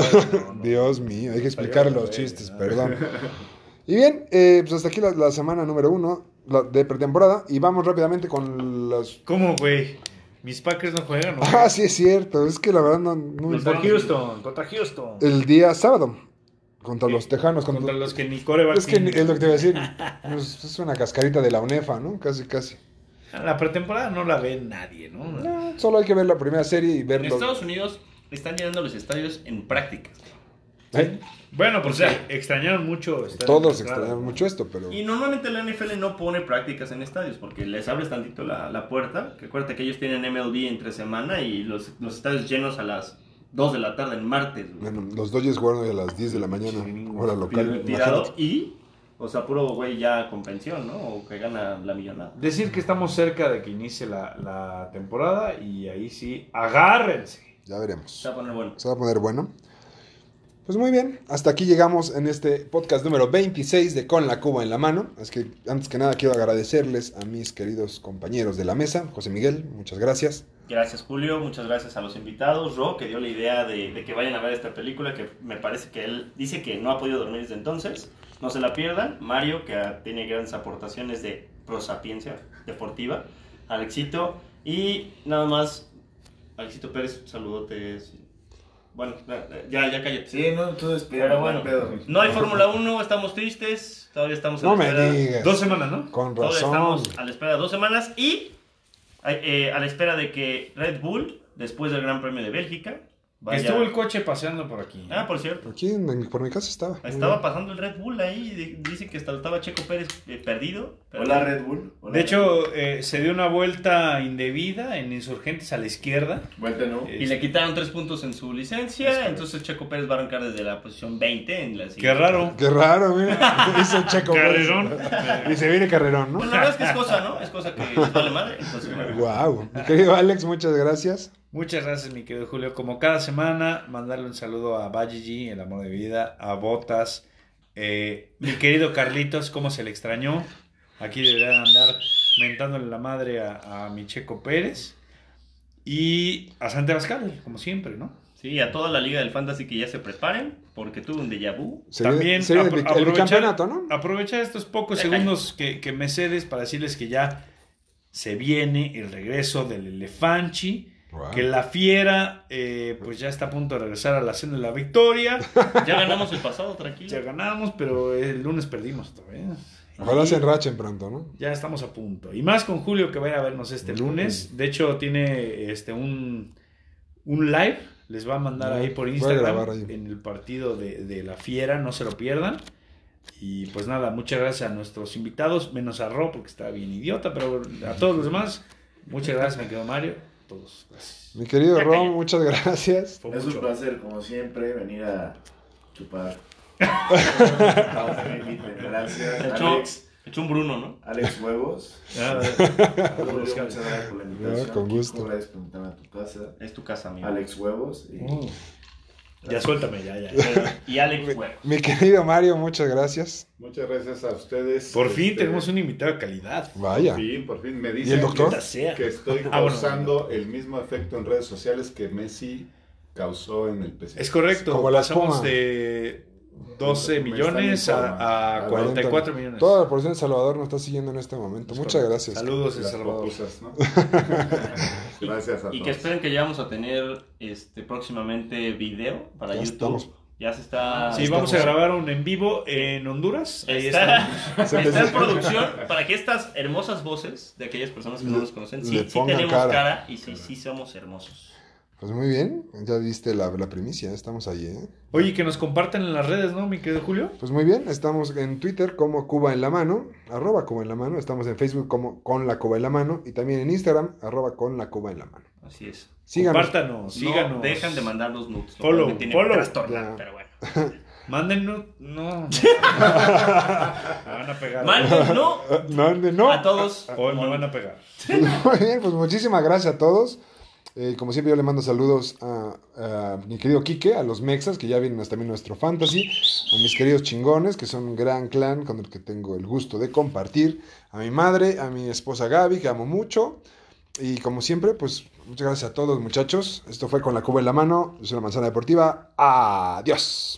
Speaker 1: Dios mío, hay que explicar
Speaker 2: ¿eh?
Speaker 1: los chistes,
Speaker 2: Ah.
Speaker 1: perdón. Y bien, eh, pues hasta aquí la, la semana número uno la de pretemporada. Y vamos rápidamente con las.
Speaker 3: ¿Cómo, güey? Mis Packers no juegan, güey.
Speaker 1: Ah, sí, es cierto. Es que la verdad no. no-
Speaker 3: Contra Houston, contra Houston.
Speaker 1: el día sábado, contra los Tejanos.
Speaker 3: Contra
Speaker 1: Contra,
Speaker 3: los que ni coreback
Speaker 1: es que ni-
Speaker 3: tienen.
Speaker 1: es lo que te iba a decir. Es, es una cascarita de la UNEFA, ¿no? Casi, casi.
Speaker 3: La pretemporada no la ve nadie, ¿no?
Speaker 1: No, Solo hay que ver la primera serie y
Speaker 2: En
Speaker 1: verlo.
Speaker 2: Estados Unidos están llenando los estadios en prácticas.
Speaker 1: ¿Eh?
Speaker 3: Bueno, pues ya, extrañaron mucho. estar en
Speaker 1: Todos
Speaker 3: la
Speaker 1: extrañan
Speaker 3: entrada,
Speaker 1: mucho esto, pero.
Speaker 2: Y normalmente la NFL no pone prácticas en estadios porque les abres tantito la, la puerta. Que acuérdate que ellos tienen MLB entre semana y los, los estadios llenos a las 2 de la tarde en martes. güey.
Speaker 1: Bueno, los Dodgers jugaron a las 10 de la mañana, hora local.
Speaker 2: Tirado
Speaker 1: imagínate.
Speaker 2: y, o sea, puro güey ya con pensión, ¿no? O que gana la millonada.
Speaker 3: Decir que estamos cerca de que inicie la, la temporada y ahí sí, agárrense.
Speaker 1: Ya veremos.
Speaker 2: Se va a poner bueno.
Speaker 1: Se va a poner bueno. Pues muy bien, hasta aquí llegamos en este podcast número 26 de Con la Cuba en la mano. Es que antes que nada quiero agradecerles a mis queridos compañeros de la mesa. José Miguel, muchas gracias.
Speaker 2: Gracias Julio, muchas gracias a los invitados. Ro, que dio la idea de, de que vayan a ver esta película, que me parece que él dice que no ha podido dormir desde entonces. No se la pierdan. Mario, que ah, tiene grandes aportaciones de prosapiencia deportiva. Alexito. Y nada más, Alexito Pérez, saludotes. Bueno, ya, ya cállate.
Speaker 5: Sí, no, tú despierta.
Speaker 2: Pero bueno, no hay Fórmula 1, estamos tristes, todavía estamos a
Speaker 1: No
Speaker 2: la
Speaker 1: me
Speaker 2: espera.
Speaker 1: digas.
Speaker 3: Dos semanas, ¿no?
Speaker 1: Con
Speaker 2: Todavía
Speaker 1: razón.
Speaker 2: estamos a la espera de dos semanas y eh, a la espera de que Red Bull, después del Gran Premio de Bélgica,
Speaker 3: Que
Speaker 2: vaya...
Speaker 3: Estuvo el coche paseando por aquí.
Speaker 2: Ah, por cierto.
Speaker 1: Aquí en, en- por mi casa estaba. Muy
Speaker 2: Estaba
Speaker 1: bien.
Speaker 2: pasando el Red Bull ahí, de- dicen que hasta estaba Checo Pérez eh, perdido. pero-
Speaker 5: Hola Red Bull. Hola.
Speaker 3: De hecho, eh, se dio una vuelta indebida en Insurgentes a la izquierda.
Speaker 5: vuelta no.
Speaker 2: Y le quitaron tres puntos en su
Speaker 3: Es
Speaker 2: licencia,
Speaker 3: correcto.
Speaker 2: entonces Checo Pérez va a arrancar desde la posición 20 en la
Speaker 3: Qué
Speaker 2: siguiente.
Speaker 3: raro.
Speaker 1: Qué raro, mira. Dice Checo. Pérez.
Speaker 8: Carrerón.
Speaker 1: Y se viene carrerón, ¿no?
Speaker 2: Bueno, la verdad es que es cosa, ¿no? Es cosa que les vale madre. Entonces, bueno.
Speaker 1: Wow. Mi querido Alex, muchas gracias.
Speaker 3: Muchas gracias, mi querido Julio. Como cada semana, mandarle un saludo a Bajiji, el amor de mi vida, a Botas, eh, mi querido Carlitos, cómo se le extrañó. Aquí debería andar mentándole la madre a, a mi Checo Pérez y a Santi Abascal, como siempre, ¿no?
Speaker 2: Sí, a toda la liga del fantasy que ya se preparen, porque tuve un déjà vu.
Speaker 1: Se
Speaker 3: También
Speaker 1: viene, se viene
Speaker 3: apro-
Speaker 1: el, bi- el
Speaker 3: aprovechar-
Speaker 1: bicampeonato, ¿no?
Speaker 3: Aprovechar estos pocos
Speaker 2: Deja
Speaker 3: segundos que, que me cedes para decirles que ya se viene el regreso del Elefanchi.
Speaker 1: Wow.
Speaker 3: Que la fiera, eh, pues ya está a punto de regresar a la cena de la victoria.
Speaker 2: Ya ganamos el pasado,
Speaker 3: Ya
Speaker 2: tranquilo.
Speaker 3: ganamos, pero el lunes perdimos todavía.
Speaker 1: Ojalá
Speaker 3: Y
Speaker 1: se enrachen pronto, ¿no?
Speaker 3: Ya estamos a punto. Y más con Julio que vaya a vernos este lunes. De hecho, tiene este un, un live. Les va a mandar ahí por
Speaker 1: Voy a
Speaker 3: Instagram
Speaker 1: grabar ahí.
Speaker 3: en el partido de, de la fiera. No se lo pierdan. Y pues nada, muchas gracias a nuestros invitados, menos a Ro, porque está bien idiota, pero a todos los demás, muchas gracias, me quedo Mario. Todos, gracias.
Speaker 1: Mi querido
Speaker 2: Ya
Speaker 1: Ron,
Speaker 2: cállate.
Speaker 1: muchas gracias.
Speaker 3: Fue
Speaker 5: Es
Speaker 3: mucho.
Speaker 5: un placer, como siempre, venir a chupar. Gracias,
Speaker 2: Echó,
Speaker 5: Alex.
Speaker 2: echó un Bruno, ¿no?
Speaker 5: Alex Huevos.
Speaker 3: Ah,
Speaker 5: Julio, muchas gracias por la invitación.
Speaker 1: No, con gusto.
Speaker 5: Kiko, Gracias por invitarme a tu casa.
Speaker 2: Es tu casa, amigo.
Speaker 5: Alex Huevos. Y...
Speaker 3: Mm. ya suéltame, ya, ya.
Speaker 2: Y Alex,
Speaker 1: Mi,
Speaker 2: bueno.
Speaker 1: mi querido Mario, muchas gracias.
Speaker 4: Muchas gracias a ustedes.
Speaker 3: Por fin
Speaker 4: Este,
Speaker 3: tenemos un invitado de calidad.
Speaker 1: Vaya.
Speaker 4: Por fin, por fin. Me dicen
Speaker 1: el doctor?
Speaker 4: que-
Speaker 3: Maldita sea.
Speaker 4: que estoy
Speaker 3: Ah, bueno,
Speaker 4: causando el mismo efecto en redes sociales que Messi causó en el PSG.
Speaker 3: Es correcto,
Speaker 1: Como la
Speaker 3: pasamos
Speaker 1: espuma.
Speaker 3: de 12
Speaker 4: Me
Speaker 3: millones
Speaker 4: están informando.
Speaker 3: a, a
Speaker 4: A
Speaker 3: 44 millones.
Speaker 1: Toda la población de Salvador nos está siguiendo en este momento.
Speaker 3: Es
Speaker 1: Muchas
Speaker 3: correcto.
Speaker 1: gracias.
Speaker 3: Saludos, El
Speaker 4: Las
Speaker 3: Salvador.
Speaker 4: pupusas, ¿no? Gracias a
Speaker 2: Y
Speaker 4: todos.
Speaker 2: que esperen que ya vamos a tener este próximamente video para
Speaker 1: Ya
Speaker 2: YouTube.
Speaker 1: estamos.
Speaker 2: Ya se está.
Speaker 3: Sí, vamos a grabar un en vivo en Honduras. Ahí
Speaker 2: Está,
Speaker 3: estamos.
Speaker 1: Se
Speaker 2: está
Speaker 1: les-
Speaker 2: en producción para que estas hermosas voces de aquellas personas que no
Speaker 1: Le-
Speaker 2: nos conocen,
Speaker 1: le
Speaker 2: sí, sí
Speaker 1: pongan
Speaker 2: tenemos
Speaker 1: cara.
Speaker 2: cara, y sí, sí somos hermosos.
Speaker 1: Pues muy bien, ya diste la, la primicia, estamos ahí, ¿eh?
Speaker 3: Oye, que nos compartan en las redes, ¿no, mi querido Julio?
Speaker 1: Pues muy bien, estamos en Twitter como Cuba en la mano, arroba Cuba en la mano, estamos en Facebook como con la Cuba en la mano y también en Instagram arroba con la Cuba en la mano.
Speaker 2: Así es.
Speaker 1: Síganos.
Speaker 3: Compártanos,
Speaker 2: No
Speaker 3: síganos.
Speaker 2: dejan de mandar los nudes. lo
Speaker 3: Follow,
Speaker 2: cual me tiene
Speaker 3: follow.
Speaker 1: Ya.
Speaker 2: trastornado, pero bueno.
Speaker 3: Mándenos. No. no. me van a pegar.
Speaker 2: Manden, no.
Speaker 1: Eh, No, no, no.
Speaker 2: A todos.
Speaker 3: Hoy me van a pegar.
Speaker 1: Muy bien, pues muchísimas gracias a todos. Eh, como siempre, yo le mando saludos a, a mi querido Quique, a los Mexas, que ya vienen hasta también nuestro fantasy, a mis queridos chingones, que son un gran clan con el que tengo el gusto de compartir, a mi madre, a mi esposa Gaby, que amo mucho. Y como siempre, pues muchas gracias a todos, muchachos. Esto fue con la cuba en la mano, es una manzana deportiva. Adiós.